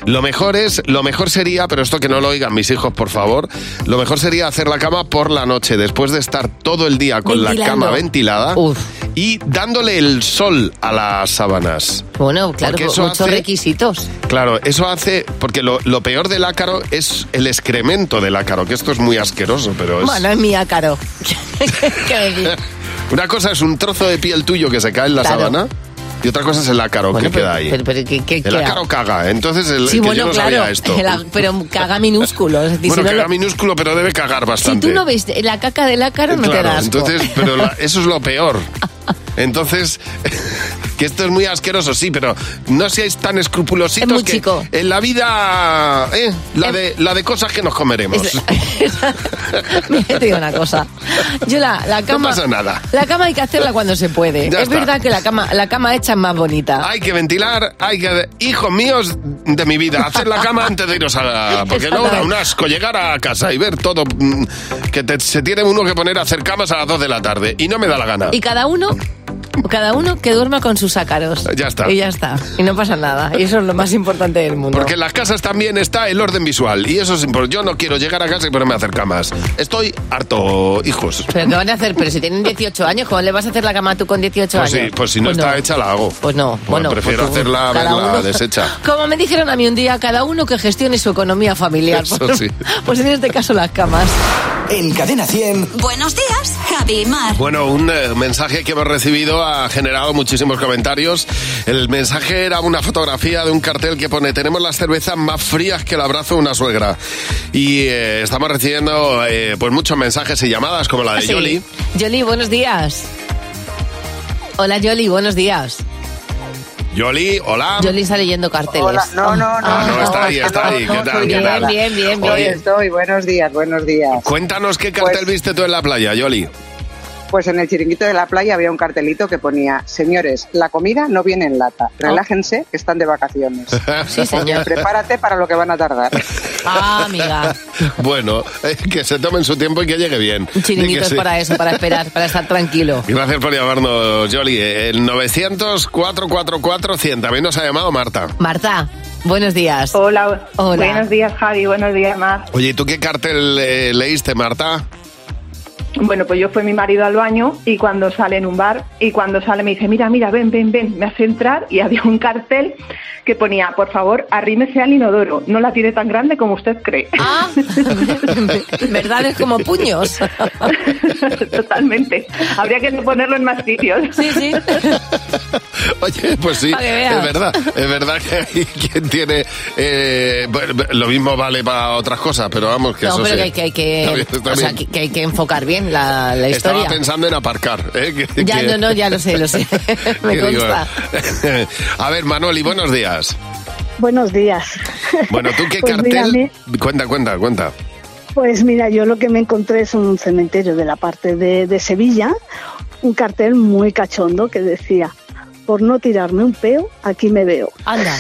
[SPEAKER 3] lo mejor es, lo mejor sería, pero esto que no lo oigan mis hijos, por favor, lo mejor sería hacer la cama por la noche, después de estar todo el día con la
[SPEAKER 4] Ventilando.
[SPEAKER 3] cama ventilada y dándole el sol a las sábanas.
[SPEAKER 4] [LAUGHS] Bueno, claro,
[SPEAKER 3] Porque
[SPEAKER 4] mu-
[SPEAKER 3] eso
[SPEAKER 4] muchos
[SPEAKER 3] hace-
[SPEAKER 4] requisitos.
[SPEAKER 3] Claro, eso hace, porque lo, lo peor del ácaro es el excremento del ácaro, que esto es muy asqueroso, pero es...
[SPEAKER 4] Bueno, es mi ácaro. [LAUGHS] ¿Qué decir?
[SPEAKER 3] Una cosa es un trozo de piel tuyo que se cae en la
[SPEAKER 4] Claro.
[SPEAKER 3] sábana y otra cosa es el ácaro que queda ahí.
[SPEAKER 4] Pero, pero, ¿qué- qué
[SPEAKER 3] el
[SPEAKER 4] queda?
[SPEAKER 3] ácaro caga, entonces el,
[SPEAKER 4] sí,
[SPEAKER 3] que
[SPEAKER 4] bueno,
[SPEAKER 3] yo no
[SPEAKER 4] claro. [LAUGHS]
[SPEAKER 3] sabía esto.
[SPEAKER 4] la- pero caga minúsculo. es decir, si
[SPEAKER 3] bueno,
[SPEAKER 4] no
[SPEAKER 3] caga
[SPEAKER 4] lo-
[SPEAKER 3] minúsculo, pero debe cagar
[SPEAKER 4] si
[SPEAKER 3] bastante.
[SPEAKER 4] tú no ves la caca del ácaro, no te
[SPEAKER 3] Claro,
[SPEAKER 4] das.
[SPEAKER 3] entonces, pero la- eso es lo peor. Entonces, [LAUGHS] que esto es muy asqueroso, sí, pero no seáis tan escrupulositos
[SPEAKER 4] Es muy
[SPEAKER 3] que
[SPEAKER 4] chico.
[SPEAKER 3] en la vida, ¿eh? la, de, la de cosas que nos comeremos.
[SPEAKER 4] [LAUGHS] Mira, te digo una cosa. Yo la, la
[SPEAKER 3] no
[SPEAKER 4] cama.
[SPEAKER 3] pasa nada.
[SPEAKER 4] La cama hay que hacerla cuando se puede.
[SPEAKER 3] Ya
[SPEAKER 4] es
[SPEAKER 3] está.
[SPEAKER 4] verdad que la cama, la cama hecha es más bonita.
[SPEAKER 3] [LAUGHS] Hay que ventilar, hay que... Hijos míos de mi vida, hacer la cama antes de iros a la... Porque no, da un asco llegar a casa y ver todo... mm, Que te- se tiene uno que poner a hacer camas a las 2 de la tarde y no me da la gana.
[SPEAKER 4] Y cada uno, cada uno que duerma con sus ácaros.
[SPEAKER 3] Ya está.
[SPEAKER 4] Y ya está. Y no pasa nada. Y eso es lo más importante del mundo.
[SPEAKER 3] Porque en las casas también está el orden visual. Y eso es importante. Yo no quiero llegar a casa y ponerme a hacer camas. Estoy harto, hijos.
[SPEAKER 4] Pero ¿qué van a hacer? Pero si tienen 18 años, ¿cómo le vas a hacer la cama tú con 18
[SPEAKER 3] Pues, sí,
[SPEAKER 4] años?
[SPEAKER 3] pues si no está hecha, la hago. Pues
[SPEAKER 4] no. bueno,
[SPEAKER 3] prefiero
[SPEAKER 4] pues tú,
[SPEAKER 3] hacerla,
[SPEAKER 4] cada
[SPEAKER 3] verla
[SPEAKER 4] uno.
[SPEAKER 3] deshecha.
[SPEAKER 4] [LAUGHS] Como me dijeron a mí un día, cada uno que gestione su economía familiar.
[SPEAKER 3] Eso
[SPEAKER 4] pues,
[SPEAKER 3] sí.
[SPEAKER 4] [LAUGHS] pues en este caso las camas.
[SPEAKER 2] En Cadena 100.
[SPEAKER 8] Buenos días, Javi y Mar.
[SPEAKER 3] Bueno, un eh, mensaje que hemos recibido ha generado muchísimos comentarios. El mensaje era una fotografía de un cartel que pone tenemos las cervezas más frías que el abrazo de una suegra. Y eh, estamos recibiendo eh, pues muchos mensajes y llamadas como la de
[SPEAKER 4] Ah, Sí.
[SPEAKER 3] Yoli.
[SPEAKER 4] Yoli, buenos días. Hola, Yoli, buenos días.
[SPEAKER 3] Yoli, hola.
[SPEAKER 4] Yoli está leyendo carteles.
[SPEAKER 20] Hola, no, no, no.
[SPEAKER 3] Ah, no, está ahí, está ahí. ¿Qué tal? ¿Qué
[SPEAKER 20] Bien,
[SPEAKER 3] tal?
[SPEAKER 20] bien, bien, bien. Pues
[SPEAKER 3] Oye,
[SPEAKER 20] estoy, buenos días, buenos días.
[SPEAKER 3] Cuéntanos qué cartel viste tú en la
[SPEAKER 20] [LAUGHS]
[SPEAKER 3] playa, Yoli.
[SPEAKER 20] Pues en el chiringuito de la playa había un cartelito que ponía, señores, la comida no viene
[SPEAKER 3] Ah.
[SPEAKER 20] en lata, relájense, que están de vacaciones.
[SPEAKER 3] Sí,
[SPEAKER 20] Prepárate para lo que van a tardar.
[SPEAKER 4] Ah, amiga.
[SPEAKER 3] [LAUGHS] Bueno, eh, que se tomen su tiempo y que llegue bien. Di que
[SPEAKER 4] Chiringuitos
[SPEAKER 3] sí.
[SPEAKER 4] para eso, para esperar, para estar tranquilo.
[SPEAKER 3] Gracias por llamarnos, Jolly. El 900-444-100. También nos ha llamado Marta.
[SPEAKER 4] Marta, buenos días.
[SPEAKER 21] Hola,
[SPEAKER 4] Hola.
[SPEAKER 21] buenos días Javi, buenos días Mar.
[SPEAKER 3] Oye, ¿y tú qué cartel eh, leíste, Marta? [LAUGHS]
[SPEAKER 21] Bueno, pues yo fui mi marido al baño y cuando sale en un bar y cuando sale me dice, mira, mira, ven, ven, ven, me hace entrar y había un cartel que ponía, por favor, arrímese al inodoro, no la tiene tan grande como usted cree. [LAUGHS]
[SPEAKER 4] Ah, verdades
[SPEAKER 3] [LAUGHS]
[SPEAKER 4] como puños.
[SPEAKER 21] [LAUGHS] Totalmente. Habría que ponerlo en más sitios.
[SPEAKER 4] Sí, sí.
[SPEAKER 3] Oye, pues sí,
[SPEAKER 21] Para que veas.
[SPEAKER 3] es verdad. Es verdad que hay quien tiene... eh, bueno, lo mismo vale para otras cosas, pero vamos, que
[SPEAKER 4] no,
[SPEAKER 3] eso
[SPEAKER 4] pero
[SPEAKER 3] sí.
[SPEAKER 4] que hay que, hay que-
[SPEAKER 3] [LAUGHS] Está bien, está
[SPEAKER 4] o sea,
[SPEAKER 3] bien.
[SPEAKER 4] que- que hay que enfocar bien la, la
[SPEAKER 3] Estaba
[SPEAKER 4] historia.
[SPEAKER 3] pensando en aparcar. ¿eh? Que-
[SPEAKER 4] Ya,
[SPEAKER 3] que-
[SPEAKER 4] no, no, ya lo sé, lo
[SPEAKER 3] [LAUGHS]
[SPEAKER 4] sé. [LAUGHS] Me
[SPEAKER 3] que digo-
[SPEAKER 4] consta.
[SPEAKER 3] [LAUGHS] A ver, Manoli, buenos días.
[SPEAKER 22] Buenos días.
[SPEAKER 3] Bueno, ¿tú
[SPEAKER 22] [LAUGHS]
[SPEAKER 3] qué
[SPEAKER 22] Pues mira,
[SPEAKER 3] cartel?
[SPEAKER 22] me-
[SPEAKER 3] Cuenta, cuenta, cuenta.
[SPEAKER 22] Pues mira, yo lo que me encontré es un cementerio de la parte de, de Sevilla, un cartel muy cachondo que decía, por no tirarme un peo, aquí me veo.
[SPEAKER 4] Anda.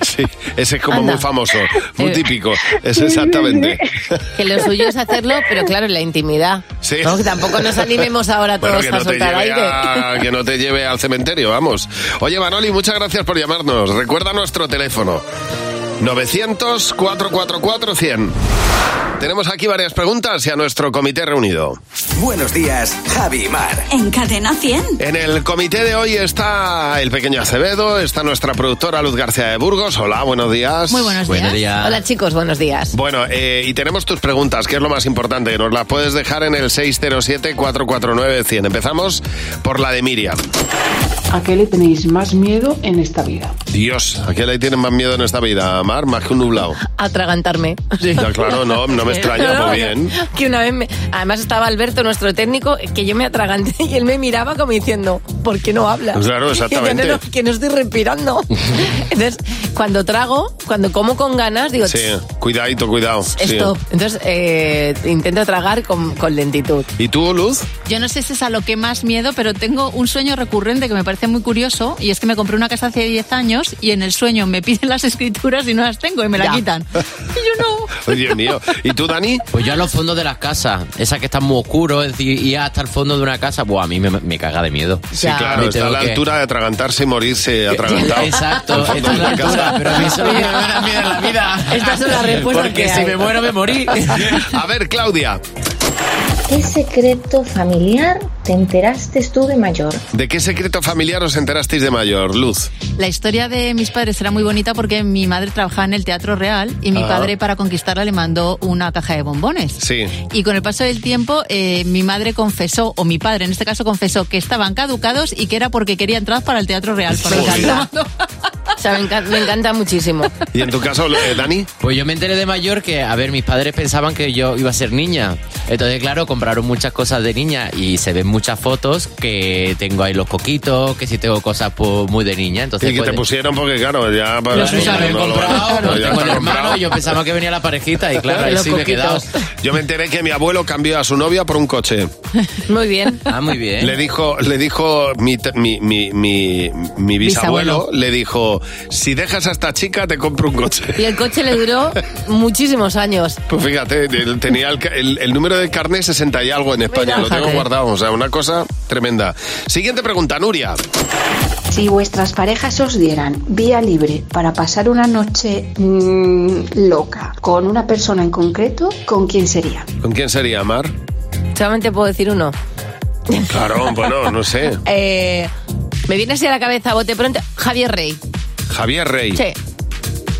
[SPEAKER 3] Sí, ese es como
[SPEAKER 4] Anda.
[SPEAKER 3] muy famoso, muy
[SPEAKER 4] Eh.
[SPEAKER 3] típico. Es exactamente.
[SPEAKER 4] Que lo suyo es hacerlo, pero claro, en la intimidad.
[SPEAKER 3] Sí.
[SPEAKER 4] No, que tampoco nos animemos ahora
[SPEAKER 3] Bueno,
[SPEAKER 4] todos
[SPEAKER 3] que
[SPEAKER 4] a
[SPEAKER 3] no, te
[SPEAKER 4] soltar
[SPEAKER 3] lleve
[SPEAKER 4] aire.
[SPEAKER 3] a- que no te lleve al cementerio, vamos. Oye, Manoli, muchas gracias por llamarnos. Recuerda nuestro teléfono. 900-444-100. Tenemos aquí varias preguntas y a nuestro comité reunido.
[SPEAKER 2] Buenos días, Javi y Mar.
[SPEAKER 8] En Cadena 100.
[SPEAKER 3] En el comité de hoy está el pequeño Acevedo, está nuestra productora Luz García de Burgos. Hola, buenos días.
[SPEAKER 4] Muy buenos días. Hola chicos, buenos días.
[SPEAKER 3] Bueno, eh, y tenemos tus preguntas, que es lo más importante. Nos las puedes dejar en el 607-449-100. Empezamos por la de Miriam.
[SPEAKER 23] ¿A qué le tenéis más miedo en esta vida?
[SPEAKER 3] Dios, ¿a qué le tienen más miedo en esta vida, Mar? Más que un nublado.
[SPEAKER 4] Atragantarme.
[SPEAKER 3] Ya, claro, no, no me extraña,
[SPEAKER 4] No,
[SPEAKER 3] pues bien.
[SPEAKER 4] Que una vez me- Además estaba Alberto, nuestro técnico, que yo me atraganté y él me miraba como diciendo, ¿por qué no hablas?
[SPEAKER 3] Pues
[SPEAKER 4] [LAUGHS] Y
[SPEAKER 3] Claro,
[SPEAKER 4] yo,
[SPEAKER 3] exactamente.
[SPEAKER 4] "No, no, que no estoy
[SPEAKER 3] [LAUGHS]
[SPEAKER 4] respirando. Entonces, cuando trago, cuando como con ganas, digo,
[SPEAKER 3] Sí, cuidadito, cuidado. sí.
[SPEAKER 4] stop. Entonces, eh, intento tragar con, con lentitud.
[SPEAKER 3] ¿Y tú, Luz?
[SPEAKER 24] Yo no sé si es a lo que más miedo, pero tengo un sueño recurrente que me parece muy curioso y es que me compré una casa hace 10 años y en el sueño me piden las escrituras y no las tengo y me la quitan.
[SPEAKER 3] Ay, Dios mío. ¿Y tú, Dani?
[SPEAKER 25] Pues yo a los fondos de las casas, esas que están muy oscuros, es decir, ir hasta el fondo de una casa, pues a mí me, me caga de miedo.
[SPEAKER 3] Sí, claro,
[SPEAKER 25] Me
[SPEAKER 3] está
[SPEAKER 25] tengo
[SPEAKER 3] a la
[SPEAKER 25] que-
[SPEAKER 3] altura de atragantarse
[SPEAKER 4] [LAUGHS]
[SPEAKER 3] y morirse atragantado.
[SPEAKER 25] Exacto,
[SPEAKER 3] Al fondo
[SPEAKER 25] está a
[SPEAKER 3] de
[SPEAKER 25] la
[SPEAKER 3] la casa.
[SPEAKER 25] altura, pero a mí eso me da más miedo en la vida.
[SPEAKER 4] Estas son las respuestas
[SPEAKER 25] Porque
[SPEAKER 4] que
[SPEAKER 25] si
[SPEAKER 4] hay.
[SPEAKER 25] me muero, me morí.
[SPEAKER 3] [LAUGHS] A ver, Claudia,
[SPEAKER 26] ¿Qué secreto familiar te enteraste tú de mayor?
[SPEAKER 3] ¿de qué secreto familiar os enterasteis de mayor, Luz?
[SPEAKER 24] La historia de mis padres era muy bonita porque mi madre trabajaba en el Teatro Real y mi
[SPEAKER 3] Ah.
[SPEAKER 24] padre para conquistarla le mandó una caja de bombones.
[SPEAKER 3] Sí.
[SPEAKER 24] Y con el paso del tiempo, eh, mi madre confesó, o mi padre en este caso confesó, que estaban caducados y que era porque quería entrar para el Teatro Real. Por lo tanto,
[SPEAKER 4] O sea, me, encan- me encanta muchísimo.
[SPEAKER 3] ¿Y en tu caso, eh, Dani?
[SPEAKER 25] Pues yo me enteré de mayor que, a ver, mis padres pensaban que yo iba a ser niña. Entonces, claro, compraron muchas cosas de niña y se ven muchas fotos que tengo ahí los coquitos, que sí tengo cosas pues, muy de niña. Entonces,
[SPEAKER 3] y que te
[SPEAKER 25] pues,
[SPEAKER 3] pusieron porque, claro, ya...
[SPEAKER 25] Los míos
[SPEAKER 3] no,
[SPEAKER 25] habían
[SPEAKER 3] no, no,
[SPEAKER 25] comprado,
[SPEAKER 3] no, ya
[SPEAKER 25] los tengo
[SPEAKER 3] está
[SPEAKER 25] el hermano,
[SPEAKER 3] comprado.
[SPEAKER 25] y yo pensaba que venía la parejita y claro, ahí
[SPEAKER 4] Los
[SPEAKER 25] sí me he quedado.
[SPEAKER 4] coquitos.
[SPEAKER 3] Yo me enteré que mi abuelo cambió a su novia por un coche.
[SPEAKER 4] [LAUGHS] Muy bien.
[SPEAKER 25] Ah, muy bien.
[SPEAKER 3] Le dijo, le dijo mi, te- mi, mi, mi, mi
[SPEAKER 4] Bisabuelo.
[SPEAKER 3] bisabuelo, le dijo, si dejas a esta chica te compro un coche. [LAUGHS]
[SPEAKER 4] Y el coche le duró muchísimos años.
[SPEAKER 3] Pues fíjate, él tenía el, ca- el- el número de carne 60 y algo en España,
[SPEAKER 4] Mira,
[SPEAKER 3] lo tengo
[SPEAKER 4] fíjate.
[SPEAKER 3] guardado, o sea, una cosa tremenda. Siguiente pregunta, Nuria.
[SPEAKER 27] Si vuestras parejas os dieran vía libre para pasar una noche mm, loca con una persona en concreto, ¿con quién sería?
[SPEAKER 3] ¿Con quién sería, Mar?
[SPEAKER 4] Solamente puedo decir uno.
[SPEAKER 3] Claro, bueno, no sé.
[SPEAKER 4] Eh, me viene así a la cabeza, bote pronto, Javier Rey.
[SPEAKER 3] Javier Rey.
[SPEAKER 4] Sí.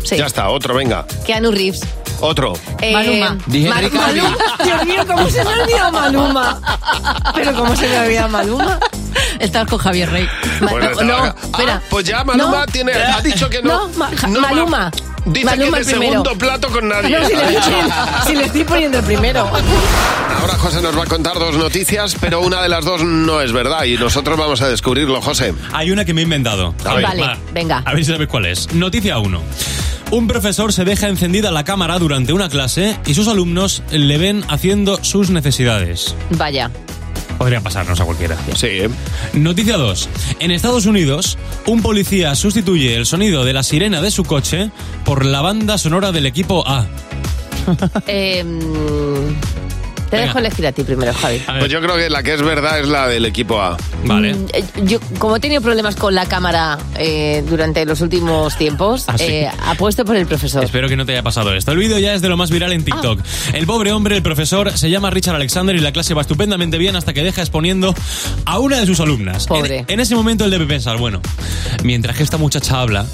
[SPEAKER 4] Sí.
[SPEAKER 3] Ya está, otro, venga.
[SPEAKER 4] Keanu Reeves.
[SPEAKER 3] Otro.
[SPEAKER 4] Eh,
[SPEAKER 24] Maluma.
[SPEAKER 3] Dije
[SPEAKER 4] Ma-
[SPEAKER 3] Ricardo.
[SPEAKER 4] Maluma. [LAUGHS] Dios mío, ¿cómo se me ha olvidado Maluma? Pero ¿cómo se me ha olvidado Maluma?
[SPEAKER 24] estabas con Javier Rey.
[SPEAKER 3] Bueno,
[SPEAKER 24] no,
[SPEAKER 3] está
[SPEAKER 24] no,
[SPEAKER 3] ahora.
[SPEAKER 24] espera.
[SPEAKER 3] Ah, pues ya Maluma
[SPEAKER 24] No.
[SPEAKER 3] tiene, ha dicho que no.
[SPEAKER 4] No, Ma- Ja-
[SPEAKER 3] No, Ma-
[SPEAKER 4] Maluma.
[SPEAKER 3] Dice
[SPEAKER 4] Maluma
[SPEAKER 3] que
[SPEAKER 4] el
[SPEAKER 3] es de
[SPEAKER 4] primero. Ah,
[SPEAKER 3] segundo plato con nadie.
[SPEAKER 4] No, si
[SPEAKER 3] ha
[SPEAKER 4] le,
[SPEAKER 3] dicho.
[SPEAKER 4] si le estoy poniendo el primero.
[SPEAKER 3] Ahora José nos va a contar dos noticias, pero una de las dos no es verdad y nosotros vamos a descubrirlo, José.
[SPEAKER 19] Hay una que me he inventado. A ver,
[SPEAKER 4] vale,
[SPEAKER 19] va,
[SPEAKER 4] venga.
[SPEAKER 19] a ver si sabéis cuál es. Noticia 1. Un profesor se deja encendida la cámara [LAUGHS] durante una clase y sus alumnos le ven haciendo sus necesidades.
[SPEAKER 4] Vaya.
[SPEAKER 19] Podría pasarnos a cualquiera. Sí. Noticia 2. En Estados Unidos, un policía sustituye el sonido de la sirena de su coche por la banda sonora del equipo A.
[SPEAKER 4] Eh, mm, te dejo elegir a ti primero, Javi.
[SPEAKER 3] Pues yo creo que la que es verdad es la del equipo A.
[SPEAKER 19] Vale.
[SPEAKER 4] Eh, Yo, como he tenido problemas con la cámara eh, durante los últimos tiempos,
[SPEAKER 19] Ah, sí.
[SPEAKER 4] eh, apuesto por el profesor.
[SPEAKER 19] Espero que no te haya pasado esto. El vídeo ya es de lo más viral en TikTok. El pobre hombre, el profesor, se llama Richard Alexander y la clase va estupendamente bien hasta que deja exponiendo a una de sus alumnas. Pobre. En, en ese momento él debe pensar, bueno, mientras que esta muchacha habla,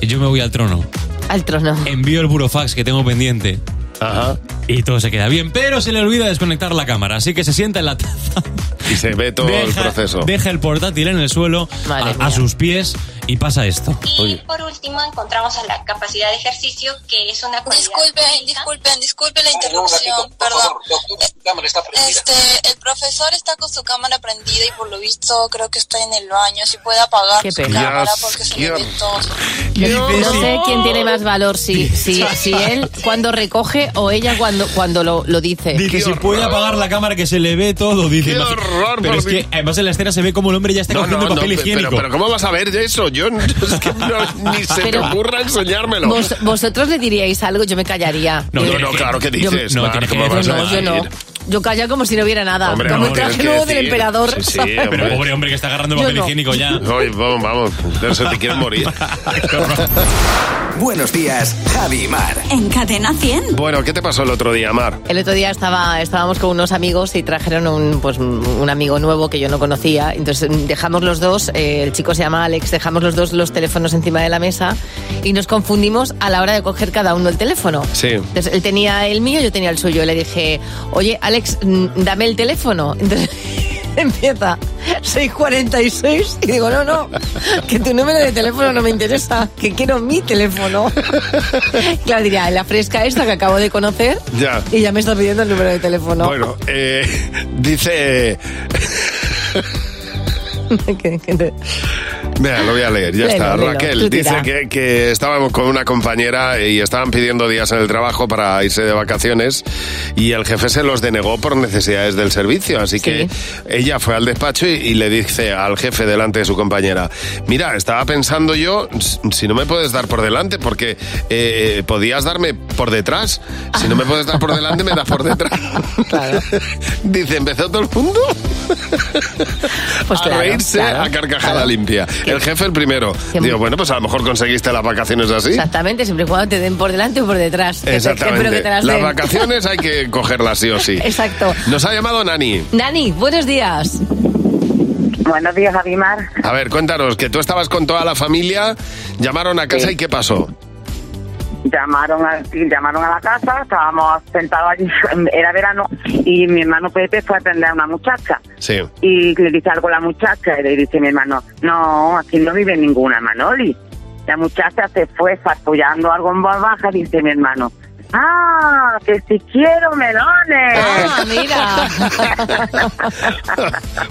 [SPEAKER 19] yo me voy al trono.
[SPEAKER 4] Al trono.
[SPEAKER 19] Envío el burofax que tengo pendiente. Ajá. Y todo se queda bien, pero se le olvida desconectar la cámara, así que se sienta en la taza.
[SPEAKER 3] Y se ve todo el proceso.
[SPEAKER 19] Deja el portátil en el suelo, a- a, sus pies, y pasa esto.
[SPEAKER 13] Por último, encontramos a la capacidad de ejercicio, que es una Disculpen, disculpen, disculpen la interrupción, perdón. Este, el profesor está con su cámara prendida y por lo visto creo que está en el baño. Si puede apagar
[SPEAKER 4] Qué
[SPEAKER 13] su
[SPEAKER 4] pena.
[SPEAKER 13] cámara
[SPEAKER 4] Dios,
[SPEAKER 13] porque se le ve
[SPEAKER 4] Dios.
[SPEAKER 13] todo.
[SPEAKER 4] No, no sé quién tiene más valor, si, si, si él cuando recoge o ella cuando, cuando lo, lo dice.
[SPEAKER 19] Que si puede apagar la cámara, que se le ve todo, dice.
[SPEAKER 3] Qué
[SPEAKER 19] Imagi-
[SPEAKER 3] horror,
[SPEAKER 19] pero
[SPEAKER 3] por
[SPEAKER 19] es
[SPEAKER 3] mí.
[SPEAKER 19] que además en la escena se ve como el hombre ya está
[SPEAKER 3] No, no,
[SPEAKER 19] cogiendo
[SPEAKER 3] no,
[SPEAKER 19] papel
[SPEAKER 3] pe-
[SPEAKER 19] higiénico.
[SPEAKER 3] pero, pero ¿cómo vas a ver eso? Yo no- es que
[SPEAKER 19] [LAUGHS]
[SPEAKER 3] no- ni se te
[SPEAKER 4] Pero-
[SPEAKER 3] ocurra enseñármelo.
[SPEAKER 4] Vos- vosotros le diríais algo, yo me callaría.
[SPEAKER 3] No,
[SPEAKER 4] Yo-
[SPEAKER 3] no, no, claro que
[SPEAKER 4] yo-
[SPEAKER 3] dices.
[SPEAKER 19] no,
[SPEAKER 3] Mar,
[SPEAKER 19] tienes que
[SPEAKER 3] ¿cómo vas
[SPEAKER 4] yo
[SPEAKER 3] a
[SPEAKER 4] no, yo no.
[SPEAKER 3] decir?
[SPEAKER 4] Yo callaba como si no hubiera nada.
[SPEAKER 3] Hombre,
[SPEAKER 4] como el
[SPEAKER 3] hombre,
[SPEAKER 4] traje
[SPEAKER 3] tienes
[SPEAKER 4] nuevo
[SPEAKER 3] que
[SPEAKER 4] del
[SPEAKER 3] decir.
[SPEAKER 4] emperador.
[SPEAKER 3] Sí, sí,
[SPEAKER 4] ¿sabes?
[SPEAKER 19] [LAUGHS] Pero pobre hombre que está agarrando
[SPEAKER 4] Yo
[SPEAKER 19] papel
[SPEAKER 4] no.
[SPEAKER 19] higiénico
[SPEAKER 3] [LAUGHS]
[SPEAKER 19] ya.
[SPEAKER 3] Ay, vamos, vamos, se te quiere morir. [LAUGHS] Buenos días, Javi Mar.
[SPEAKER 8] En Cadena 100.
[SPEAKER 3] Bueno, ¿qué te pasó el otro día, Mar?
[SPEAKER 4] El otro día estaba, estábamos con unos amigos y trajeron un, pues, un amigo nuevo que yo no conocía. Entonces mm, dejamos los dos, eh, el chico se llama Alex, dejamos los dos los teléfonos encima de la mesa y nos confundimos a la hora de coger cada uno el teléfono.
[SPEAKER 3] Sí.
[SPEAKER 4] Entonces él tenía el mío, yo tenía el suyo. Y le dije, oye, Alex, mm, dame el teléfono. Entonces empieza 646 y digo, no, no, que tu número de teléfono no me interesa, que quiero mi
[SPEAKER 3] [LAUGHS]
[SPEAKER 4] teléfono. Claro, diría, la fresca esta que acabo de conocer.
[SPEAKER 3] Ya.
[SPEAKER 4] Y ya me está pidiendo el número de teléfono.
[SPEAKER 3] Bueno, eh, [LAUGHS] dice.
[SPEAKER 4] [LAUGHS] Que- que te-
[SPEAKER 3] Mira, lo voy a leer, ya
[SPEAKER 4] Léelo,
[SPEAKER 3] está.
[SPEAKER 4] léelo, tú tira.
[SPEAKER 3] Raquel dice que, que estábamos con una compañera y estaban pidiendo días en el trabajo para irse de vacaciones y el jefe se los denegó por necesidades del servicio. Así que ella fue al despacho y, y le dice al jefe delante de su compañera, mira, estaba pensando yo s- si no me puedes dar por delante porque eh, eh, podías darme por detrás. Si no me puedes dar por delante, me das
[SPEAKER 4] [LAUGHS]
[SPEAKER 3] por detrás. [LAUGHS] dice, empezó todo el mundo
[SPEAKER 4] Pues
[SPEAKER 3] [LAUGHS] a
[SPEAKER 4] claro,
[SPEAKER 3] reírse
[SPEAKER 4] claro,
[SPEAKER 3] a carcajada
[SPEAKER 4] claro.
[SPEAKER 3] limpia. El jefe el primero. Digo, bueno, pues a lo mejor conseguiste las vacaciones así.
[SPEAKER 4] Exactamente, siempre y cuando te den por delante o por detrás. Que te- espero que
[SPEAKER 3] ¿Ah, Exactamente.
[SPEAKER 4] te las
[SPEAKER 3] Las
[SPEAKER 4] den.
[SPEAKER 3] vacaciones hay que cogerlas sí o sí.
[SPEAKER 4] Exacto.
[SPEAKER 3] Nos ha llamado Nani.
[SPEAKER 4] Nani, buenos días.
[SPEAKER 28] Buenos días, Javimar.
[SPEAKER 3] A ver, cuéntanos, que tú estabas con toda la familia, llamaron a casa y ¿qué pasó?
[SPEAKER 28] Llamaron a, llamaron a la casa, estábamos sentados allí, [LAUGHS] era verano, y mi hermano Pepe fue a atender a una muchacha.
[SPEAKER 3] Sí.
[SPEAKER 28] Y le dice algo a la muchacha, y le dice mi hermano, no, aquí no vive ninguna Manoli. La muchacha se fue farfullando algo en voz baja, dice mi hermano, ah, que si quiero melones.
[SPEAKER 4] Ah,
[SPEAKER 28] [LAUGHS]
[SPEAKER 4] mira.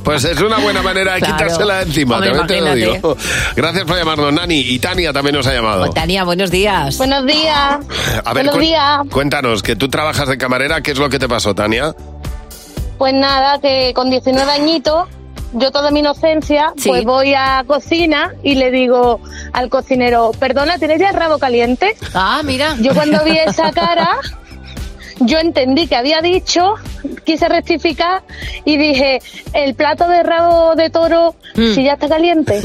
[SPEAKER 3] Pues es una buena manera de
[SPEAKER 4] Claro.
[SPEAKER 3] quitársela de encima,
[SPEAKER 4] Hombre,
[SPEAKER 3] también te lo
[SPEAKER 4] imagínate.
[SPEAKER 3] digo. Gracias por llamarnos, Nani. Y Tania también nos ha llamado.
[SPEAKER 4] Tania, buenos días.
[SPEAKER 28] Buenos días.
[SPEAKER 3] A ver,
[SPEAKER 9] Buenos
[SPEAKER 3] cuen-
[SPEAKER 9] días.
[SPEAKER 3] cuéntanos, que tú trabajas de camarera, ¿qué es lo que te pasó, Tania?
[SPEAKER 9] Pues nada, que con 19 añitos, yo toda mi inocencia, pues voy a cocina y le digo al cocinero, perdona, ¿tienes ya el rabo caliente?
[SPEAKER 4] Ah, mira.
[SPEAKER 9] Yo cuando vi esa cara, yo entendí que había dicho, quise rectificar y dije, el plato de rabo de toro,
[SPEAKER 4] Mm.
[SPEAKER 9] si ya está caliente,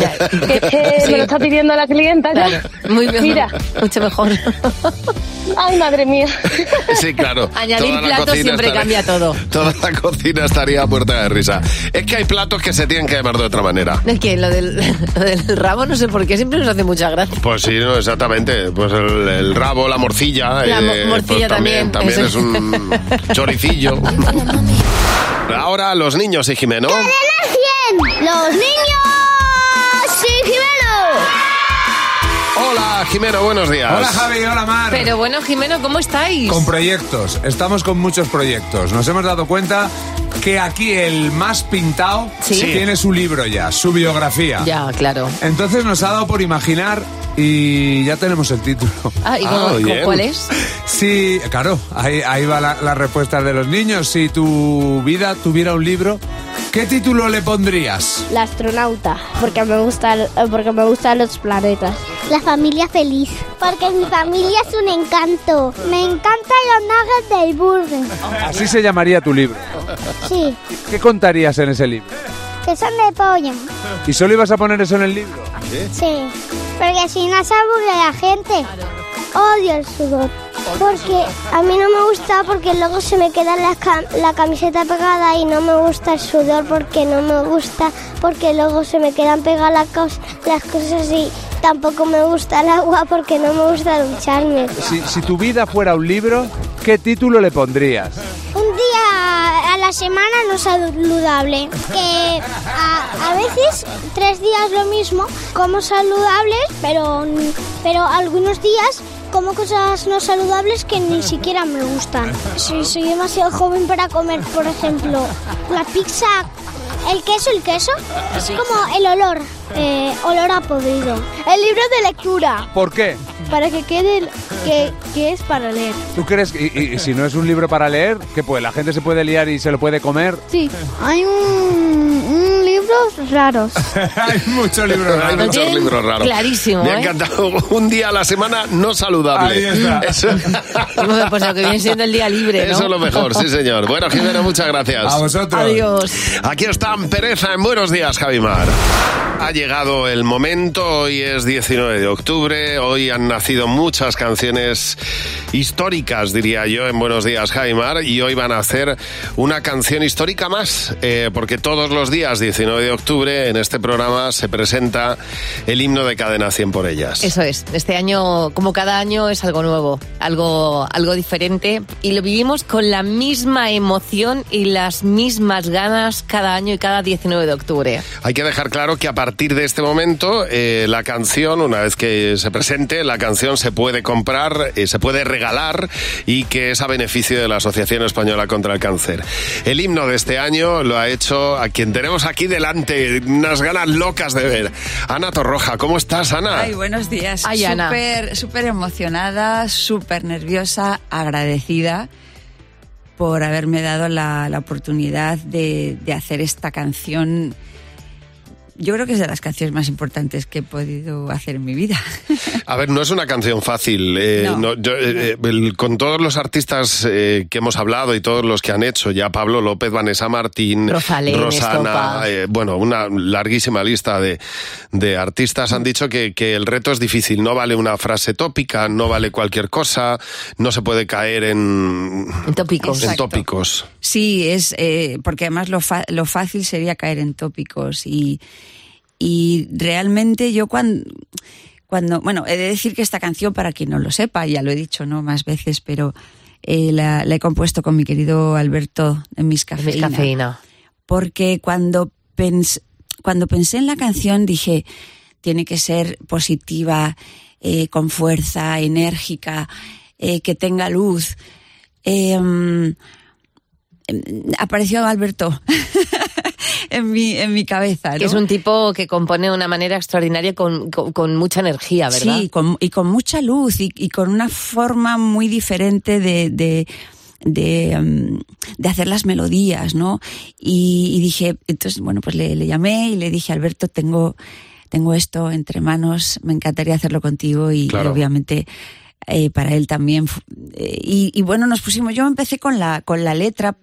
[SPEAKER 9] que es
[SPEAKER 4] [LAUGHS]
[SPEAKER 9] que me lo está pidiendo la clienta ya.
[SPEAKER 4] [LAUGHS] Muy bien.
[SPEAKER 9] Mira,
[SPEAKER 4] Mucho mejor.
[SPEAKER 9] ay madre mía.
[SPEAKER 3] Sí, claro.
[SPEAKER 9] Añadir
[SPEAKER 3] Toda la
[SPEAKER 9] plato
[SPEAKER 3] cocina
[SPEAKER 9] siempre cambia
[SPEAKER 4] todo.
[SPEAKER 3] [LAUGHS] Toda la cocina estaría muerta de risa. Es que hay platos que se tienen que llamar de otra manera.
[SPEAKER 4] Es que lo del, [LAUGHS] lo del rabo no sé por qué siempre nos hace mucha gracia.
[SPEAKER 3] Pues sí, no, exactamente. Pues el, el rabo, la morcilla.
[SPEAKER 4] La mo- morcilla
[SPEAKER 3] pues
[SPEAKER 4] también.
[SPEAKER 3] También, también es un choricillo. Ahora los niños y Jimeno.
[SPEAKER 10] ¡Los niños! ¡Sí,
[SPEAKER 3] Hola, Jimeno, buenos días.
[SPEAKER 7] Hola, Javi, hola, Mar.
[SPEAKER 4] Pero bueno, Jimeno, ¿cómo estáis? [LAUGHS]
[SPEAKER 7] Con proyectos, estamos con muchos proyectos. Nos hemos dado cuenta que aquí el más pintado
[SPEAKER 4] Sí.
[SPEAKER 7] tiene su libro ya, su biografía.
[SPEAKER 4] Ya, claro.
[SPEAKER 7] Entonces nos ha dado por imaginar y ya tenemos el título.
[SPEAKER 4] Ah, ¿y cómo- cómo-
[SPEAKER 7] bien.
[SPEAKER 4] cuál es?
[SPEAKER 7] Sí, claro, ahí, ahí va la, la respuesta de los niños. Si tu vida tuviera un libro, ¿Qué título le pondrías?
[SPEAKER 10] La astronauta, porque me gusta, porque me gustan los planetas. La familia feliz, porque mi familia es un encanto. Me encantan los nuggets del burger.
[SPEAKER 7] Así se llamaría tu libro.
[SPEAKER 10] Sí,
[SPEAKER 7] ¿Qué contarías en ese libro?
[SPEAKER 10] que son de pollo.
[SPEAKER 7] ¿Y solo ibas a poner eso en el libro?
[SPEAKER 10] Sí, porque si no se aburre la gente. Odio el sudor. Porque a mí no me gusta porque luego se me queda la, cam- la camiseta pegada y no me gusta el sudor porque no me gusta porque luego se me quedan pegadas las cos- las cosas y tampoco me gusta el agua porque no me gusta ducharme.
[SPEAKER 7] Si, si tu vida fuera un libro, ¿qué título le pondrías?
[SPEAKER 10] Un día a la semana no saludable. Que a, a veces tres días lo mismo, como saludables, pero, pero algunos días como cosas no saludables que ni siquiera me gustan. Si soy demasiado joven para comer, por ejemplo, la pizza, el queso, el queso, es como el olor, eh, olor a podrido. El libro de lectura,
[SPEAKER 7] ¿Por qué?
[SPEAKER 10] para que quede que, que es para leer.
[SPEAKER 7] ¿Tú crees que y- y si no es un libro para leer, que puede, la gente se puede liar y se lo puede comer?
[SPEAKER 10] Sí, hay libros raros.
[SPEAKER 7] Hay muchos libros
[SPEAKER 3] Hay
[SPEAKER 7] raros.
[SPEAKER 3] muchos libros raros. Me ha encantado. Un día a la semana no saludable.
[SPEAKER 7] Ahí está.
[SPEAKER 3] [LAUGHS] Eso,
[SPEAKER 4] Bueno, pues lo que viene siendo el día libre, ¿no?
[SPEAKER 3] eso es lo mejor, sí, señor. Bueno, Jimena, muchas gracias.
[SPEAKER 7] A vosotros.
[SPEAKER 4] Adiós.
[SPEAKER 3] Pues Aquí están Pereza en Buenos Días, Javimar. Ha llegado el momento, hoy es 19 de octubre, hoy han nacido muchas canciones históricas, diría yo, en Buenos Días, Javimar, y hoy van a hacer una canción histórica más, eh, porque todos los días, 19 de octubre, en este programa se presenta el himno de Cadena 100 por ellas.
[SPEAKER 4] Eso es. Este año, como cada año, es algo nuevo, algo, algo diferente. Y lo vivimos con la misma emoción y las mismas ganas cada año y cada 19 de octubre.
[SPEAKER 3] Hay que dejar claro que a partir de este momento eh, la canción, una vez que se presente, la canción se puede comprar, eh, se puede regalar y que es a beneficio de la Asociación Española contra el Cáncer. El himno de este año lo ha hecho a quien tenemos aquí delante, unas ganas locas de ver. Ana Torroja, ¿cómo estás, Ana?
[SPEAKER 1] Ay, buenos días.
[SPEAKER 4] Ay, Ana.
[SPEAKER 1] Súper, súper emocionada, súper nerviosa, agradecida por haberme dado la, la oportunidad de, de hacer esta canción. Yo creo que es de las canciones más importantes que he podido hacer en mi vida.
[SPEAKER 3] A ver, no es una canción fácil. eh,
[SPEAKER 1] No.
[SPEAKER 3] no, yo, eh, el- con todos los artistas eh, que hemos hablado y todos los que han hecho, ya Pablo López, Vanessa Martín,
[SPEAKER 4] Rosalén,
[SPEAKER 3] Rosana,
[SPEAKER 4] Estopa.
[SPEAKER 3] eh, bueno, una larguísima lista de, de artistas han dicho que, que el reto es difícil. No vale una frase tópica, no vale cualquier cosa, no se puede caer en,
[SPEAKER 4] tópicos.
[SPEAKER 3] En
[SPEAKER 1] Exacto.
[SPEAKER 3] tópicos.
[SPEAKER 1] Sí, es eh, porque además lo, fa- lo fácil sería caer en tópicos y, y realmente yo cuando, cuando, bueno, he de decir que esta canción, para quien no lo sepa, ya lo he dicho no más veces, pero eh, la, la he compuesto con mi querido Alberto en Mis Cafeína.
[SPEAKER 4] Es cafeína.
[SPEAKER 1] Porque cuando, pens- cuando pensé en la canción dije, tiene que ser positiva, eh, con fuerza, enérgica, eh, que tenga luz. Eh, mm, em, apareció Alberto en, mi, en mi cabeza.
[SPEAKER 4] Que
[SPEAKER 1] ¿no?
[SPEAKER 4] es un tipo que compone de una manera extraordinaria con, con- con mucha energía, Ah, ¿verdad?
[SPEAKER 1] Sí, con- y con mucha luz y, y con una forma muy diferente de, de, de, em, de hacer las melodías, ¿no? Y, y dije, entonces, bueno, pues le, le llamé y le dije, Alberto, tengo, tengo esto entre manos, me encantaría hacerlo contigo y, y
[SPEAKER 11] Claro.
[SPEAKER 1] obviamente... eh, para él también fu- eh, y, y bueno nos pusimos yo empecé con la con la letra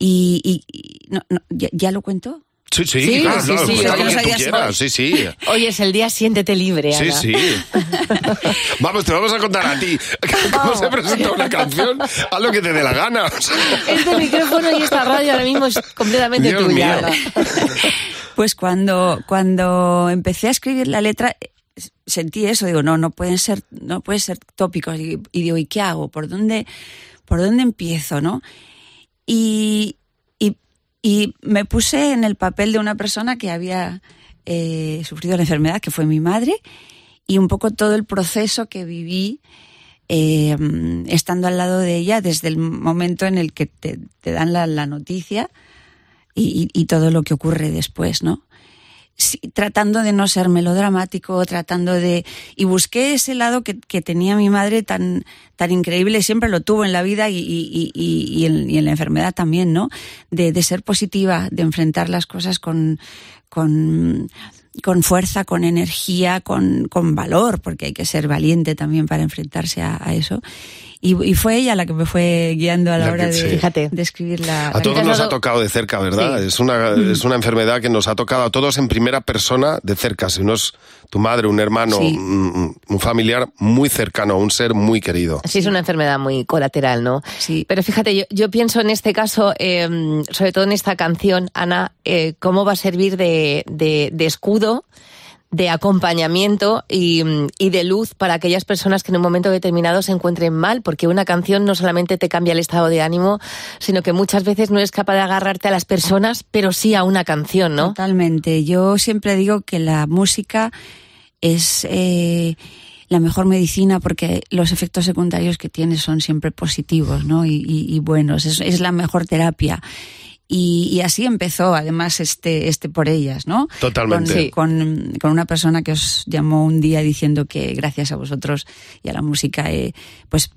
[SPEAKER 1] y, y- y- no, no, ¿ya, ya lo cuento
[SPEAKER 3] Sí, sí,
[SPEAKER 1] Sí,
[SPEAKER 3] claro,
[SPEAKER 1] sí,
[SPEAKER 3] claro,
[SPEAKER 1] sí,
[SPEAKER 3] cuenta
[SPEAKER 1] yo
[SPEAKER 3] lo que
[SPEAKER 1] no
[SPEAKER 3] tú
[SPEAKER 1] sabía
[SPEAKER 3] quieras, sí, sí.
[SPEAKER 4] Hoy es el día Siéntete Libre,
[SPEAKER 3] Sí,
[SPEAKER 4] Ana.
[SPEAKER 1] [LAUGHS]
[SPEAKER 3] sí. Vamos, te vamos a contar a ti [LAUGHS] cómo se presenta una canción. Haz lo que te dé la gana. O sea,
[SPEAKER 4] Este micrófono y esta radio ahora mismo es completamente
[SPEAKER 3] Dios
[SPEAKER 4] tuya.
[SPEAKER 3] mío.
[SPEAKER 4] Ana.
[SPEAKER 1] [LAUGHS] Pues cuando, cuando empecé a escribir la letra, eh, sentí eso, digo, no, no pueden ser, no pueden ser tópicos. Y, y digo, ¿y qué hago? ¿Por dónde, por dónde empiezo? ¿No? Y, y, y me puse en el papel de una persona que había eh, sufrido la enfermedad, que fue mi madre, y un poco todo el proceso que viví eh, mm, estando al lado de ella desde el momento en el que te, te dan la, la noticia y, y- y todo lo que ocurre después, ¿no? sí, tratando de no ser melodramático, tratando de... Y busqué ese lado que, que tenía mi madre tan, tan increíble, siempre lo tuvo en la vida y, y- y- y en, y en la enfermedad también, ¿no? De, de ser positiva, de enfrentar las cosas con... con con fuerza, con energía, con, con valor, porque hay que ser valiente también para enfrentarse a, a eso. Y, y fue ella la que me fue guiando a la,
[SPEAKER 3] La
[SPEAKER 1] hora
[SPEAKER 3] que-
[SPEAKER 1] de,
[SPEAKER 3] sí.
[SPEAKER 1] de escribir la...
[SPEAKER 3] A todos nos ha tocado de cerca, ¿verdad?
[SPEAKER 1] Sí.
[SPEAKER 3] Es, una, es una enfermedad que nos ha tocado a todos en primera persona de cerca. Si uno es tu madre, un hermano,
[SPEAKER 4] Sí.
[SPEAKER 3] un, un familiar muy cercano, un ser muy querido.
[SPEAKER 4] Sí, es una enfermedad muy colateral, ¿no?
[SPEAKER 1] Sí.
[SPEAKER 4] Pero fíjate, yo, yo pienso en este caso, eh, sobre todo en esta canción, Ana, eh, cómo va a servir de, de- de escudo, de acompañamiento y, mm, y de luz para aquellas personas que en un momento determinado se encuentren mal, porque una canción no solamente te cambia el estado de ánimo, sino que muchas veces no eres capaz de agarrarte a las personas, pero sí a una canción, ¿no?
[SPEAKER 1] Totalmente. Yo siempre digo que la música es eh, la mejor medicina porque los efectos secundarios que tiene son siempre positivos ¿no? y, y- y buenos. Es, es la mejor terapia. Y, y así empezó, además, este, este por ellas, ¿no?
[SPEAKER 3] Totalmente.
[SPEAKER 1] Con,
[SPEAKER 3] Sí.
[SPEAKER 1] con, con una persona que os llamó un día diciendo que gracias a vosotros y a la música, eh, pues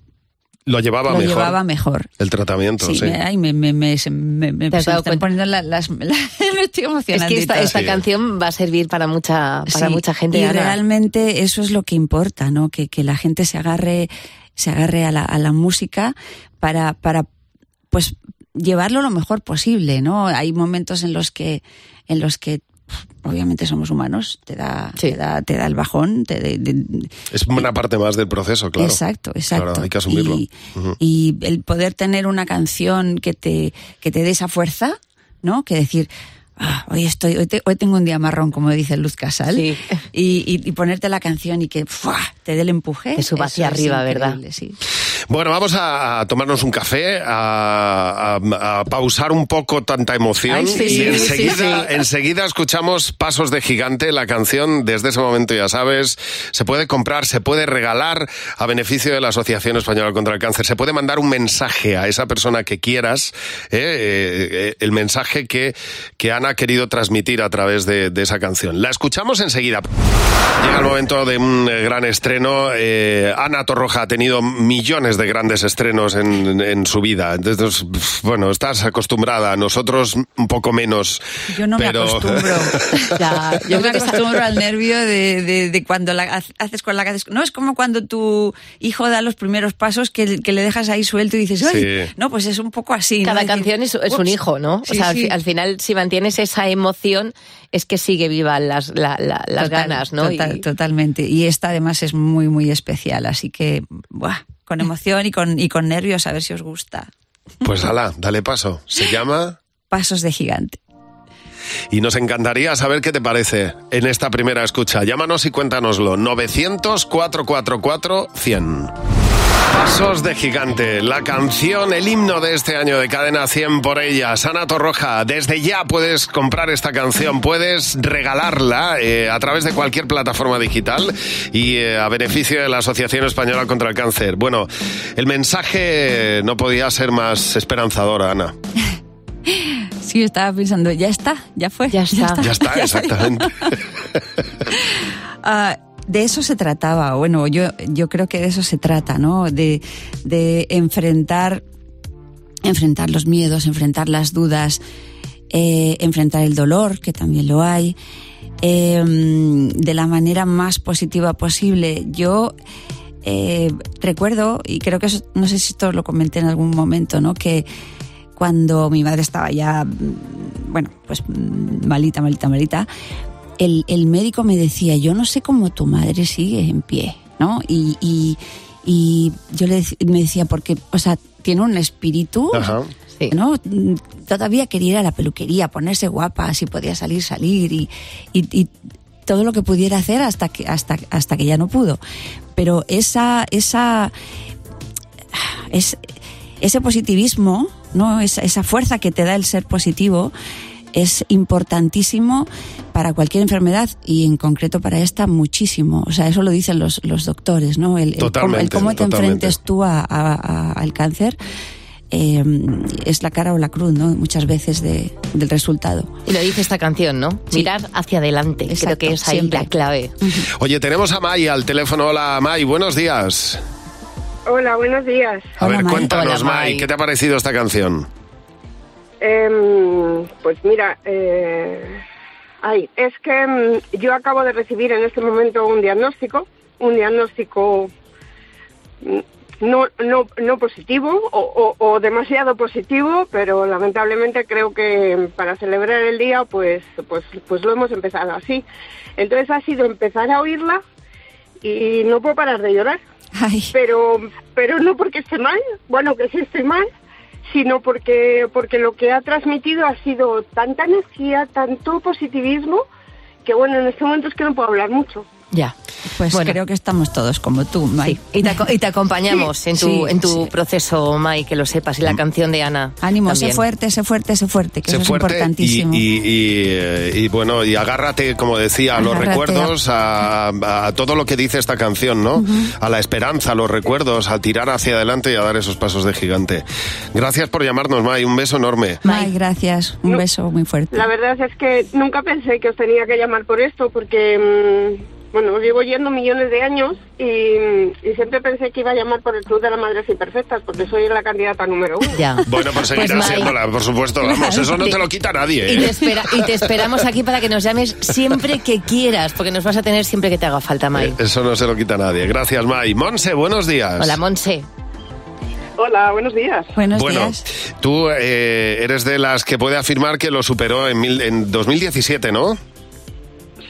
[SPEAKER 3] Lo llevaba
[SPEAKER 1] Lo
[SPEAKER 3] mejor.
[SPEAKER 1] llevaba mejor.
[SPEAKER 3] El tratamiento, sí.
[SPEAKER 1] sí, me, ay, me, me, me- se- me- me-
[SPEAKER 4] ¿Te has
[SPEAKER 1] se me
[SPEAKER 4] dado
[SPEAKER 1] están poniendo la- las, [LAUGHS] me estoy
[SPEAKER 4] Es
[SPEAKER 1] emocionando.
[SPEAKER 4] que esta, esta canción va a servir para mucha, para
[SPEAKER 1] Sí,
[SPEAKER 4] mucha gente.
[SPEAKER 1] Y
[SPEAKER 4] Ana.
[SPEAKER 1] realmente eso es lo que importa, ¿no? Que, que la gente se agarre, se agarre a la, a la música para, para, pues, llevarlo lo mejor posible, ¿no? Hay momentos en los que, en los que, obviamente somos humanos, te da, te da, te da el bajón, te, de- de-
[SPEAKER 3] Es una parte más del proceso, claro.
[SPEAKER 1] Exacto, exacto.
[SPEAKER 3] Claro, hay que asumirlo.
[SPEAKER 1] Y-
[SPEAKER 3] Ujú.
[SPEAKER 1] y el poder tener una canción que te, que te dé esa fuerza, ¿no? Que decir, "Ah, hoy estoy, hoy, te- hoy tengo un día marrón, como dice Luz Casal, y, y- y ponerte la canción y que ¡fua! te dé el empuje.
[SPEAKER 4] Te suba hacia
[SPEAKER 1] eso es
[SPEAKER 4] arriba, ¿verdad?
[SPEAKER 1] increíble, sí.
[SPEAKER 3] Bueno, vamos a tomarnos un café, a, a- a pausar un poco tanta emoción
[SPEAKER 1] Ay, sí,
[SPEAKER 3] y
[SPEAKER 1] sí,
[SPEAKER 3] enseguida,
[SPEAKER 1] sí, sí.
[SPEAKER 3] enseguida escuchamos Pasos de Gigante, la canción. Desde ese momento ya sabes, se puede comprar, se puede regalar a beneficio de la Asociación Española contra el Cáncer. Se puede mandar un mensaje a esa persona que quieras, eh, eh, eh, el mensaje que, que Ana ha querido transmitir a través de- de esa canción. La escuchamos enseguida. Llega el momento de un eh, gran estreno. Eh, Ana Torroja ha tenido millones de grandes estrenos en, en- en su vida. Entonces, pf, bueno, estás acostumbrada. Nosotros un poco menos.
[SPEAKER 1] Yo no me
[SPEAKER 3] pero- [LAUGHS]
[SPEAKER 1] acostumbro. Ya, yo me acostumbro al nervio de, de- de cuando la ha- haces con la que haces. No es como cuando tu hijo da los primeros pasos que, que le dejas ahí suelto y dices, "Ay,
[SPEAKER 4] Sí.
[SPEAKER 1] no, pues es un poco así. ¿no?
[SPEAKER 4] Cada
[SPEAKER 1] Decir,
[SPEAKER 4] canción es, es un
[SPEAKER 1] "Ups".
[SPEAKER 4] hijo, ¿no?
[SPEAKER 1] Sí,
[SPEAKER 4] o sea, al,
[SPEAKER 1] sí.
[SPEAKER 4] fi- al final, si mantienes esa emoción, es que sigue viva las, la- la- las
[SPEAKER 1] Total,
[SPEAKER 4] ganas, ¿no?
[SPEAKER 1] total-
[SPEAKER 4] Y-
[SPEAKER 1] Totalmente. Y esta además es muy, muy especial, así que buah, con emoción y con, y con nervios a ver si os gusta.
[SPEAKER 3] Pues ala, dale paso. Se llama
[SPEAKER 1] Pasos de gigante. [GASPS]
[SPEAKER 3] y nos encantaría saber qué te parece en esta primera escucha. Llámanos y cuéntanoslo. 900-444-100. Pasos de Gigante, la canción, el himno de este año de Cadena 100 por ella, Sana Torroja. Desde ya puedes comprar esta canción, puedes regalarla eh, a través de cualquier plataforma digital y eh, a beneficio de la Asociación Española contra el Cáncer. Bueno, el mensaje no podía ser más esperanzador, Ana.
[SPEAKER 1] Sí, estaba pensando, ya está, ya fue. [LAUGHS] Ya está.
[SPEAKER 3] Ya está, exactamente.
[SPEAKER 1] Ah, de eso se trataba, bueno, yo, yo creo que de eso se trata, ¿no? De, de enfrentar, enfrentar los miedos, enfrentar las dudas, eh, enfrentar el dolor, que también lo hay, eh, de la manera más positiva posible. Yo eh, recuerdo, y creo que eso, no sé si esto lo comenté en algún momento, ¿no? Que cuando mi madre estaba ya, mm, bueno, pues mm, malita, malita, malita, el, el médico me decía, yo no sé cómo tu madre sigue en pie, ¿no? Y, y- y yo le dec- me decía, porque, o sea, tiene un espíritu,
[SPEAKER 3] Ajá.
[SPEAKER 1] ¿no? Mm, Todavía quería ir a la peluquería, ponerse guapa, si podía salir, salir, y, y- y todo lo que pudiera hacer hasta que, hasta, hasta que ya no pudo. Pero esa, esa, es, ese positivismo, ¿no? Esa, esa fuerza que te da el ser positivo es importantísimo para cualquier enfermedad y en concreto para esta muchísimo. O sea, eso lo dicen los, los doctores, ¿no? El, el cómo- el
[SPEAKER 3] Totalmente,
[SPEAKER 1] cómo, te
[SPEAKER 3] totalmente.
[SPEAKER 1] enfrentes tú a- a- a- al cáncer eh, es la cara o la cruz, ¿no? Muchas veces de- del resultado.
[SPEAKER 4] Y lo dice esta canción, ¿no? Mirar hacia adelante. Creo que es ahí
[SPEAKER 1] siempre.
[SPEAKER 4] la clave.
[SPEAKER 3] Oye, tenemos a May al teléfono. Hola, May, buenos días.
[SPEAKER 11] Hola, buenos días.
[SPEAKER 3] A ver, cuéntanos,
[SPEAKER 11] Hola,
[SPEAKER 3] May,
[SPEAKER 11] May.
[SPEAKER 3] ¿qué te ha parecido esta canción?
[SPEAKER 11] Em, pues mira, eh, ay, es que em, yo acabo de recibir en este momento un diagnóstico, un diagnóstico mm, no, no, no positivo o, o- o demasiado positivo, pero lamentablemente creo que em, para celebrar el día pues, pues, pues lo hemos empezado así. Entonces ha sido empezar a oírla y no puedo parar de llorar. Pero, pero no porque esté mal, bueno, que sí estoy mal, sino porque, porque lo que ha transmitido ha sido tanta energía, tanto positivismo, que bueno, en este momento es que no puedo hablar mucho.
[SPEAKER 4] Ya.
[SPEAKER 1] Pues creo que estamos todos como tú, May.
[SPEAKER 4] Y te, aco- y te acompañamos
[SPEAKER 1] [LAUGHS] Sí,
[SPEAKER 4] en tu,
[SPEAKER 1] sí,
[SPEAKER 4] en tu proceso, May, que lo sepas. Y la canción de Ana.
[SPEAKER 1] Ánimo,
[SPEAKER 4] también.
[SPEAKER 1] sé fuerte, sé fuerte, sé fuerte,
[SPEAKER 3] Mm.
[SPEAKER 1] que
[SPEAKER 3] Sé
[SPEAKER 1] eso es
[SPEAKER 3] fuerte y,
[SPEAKER 1] importantísimo.
[SPEAKER 3] y- y, eh, y, bueno, y agárrate, como decía, a los
[SPEAKER 1] Agárrate a-
[SPEAKER 3] recuerdos, a, a todo lo que dice esta canción, ¿no? A la esperanza, a los recuerdos, a tirar hacia adelante y a dar esos pasos de gigante. Gracias por llamarnos, May. Un beso enorme.
[SPEAKER 1] May, gracias. Un beso muy fuerte.
[SPEAKER 11] La verdad es que nunca pensé que os tenía que llamar por esto, porque, mm, bueno, os llevo yendo millones de años y, mm, y siempre pensé que iba a llamar por el Club de las Madres Imperfectas, porque soy la candidata número uno.
[SPEAKER 3] Bueno, pues seguirá
[SPEAKER 4] May.
[SPEAKER 3] siéndola, por supuesto. [LAUGHS]
[SPEAKER 4] [LAUGHS]
[SPEAKER 3] Vamos, eso no te lo quita nadie.
[SPEAKER 4] Y te,
[SPEAKER 3] ¿eh?
[SPEAKER 4] espera- y te esperamos aquí para que nos llames siempre que quieras, porque nos vas a tener siempre que te haga falta, May.
[SPEAKER 3] Eso no se lo quita nadie. Gracias, May. Monse, buenos días.
[SPEAKER 4] Hola, Monse.
[SPEAKER 11] Hola, buenos días.
[SPEAKER 1] Buenos
[SPEAKER 3] bueno, tú eh, eres de las que puede afirmar que lo superó en, mil- en 2017, ¿no?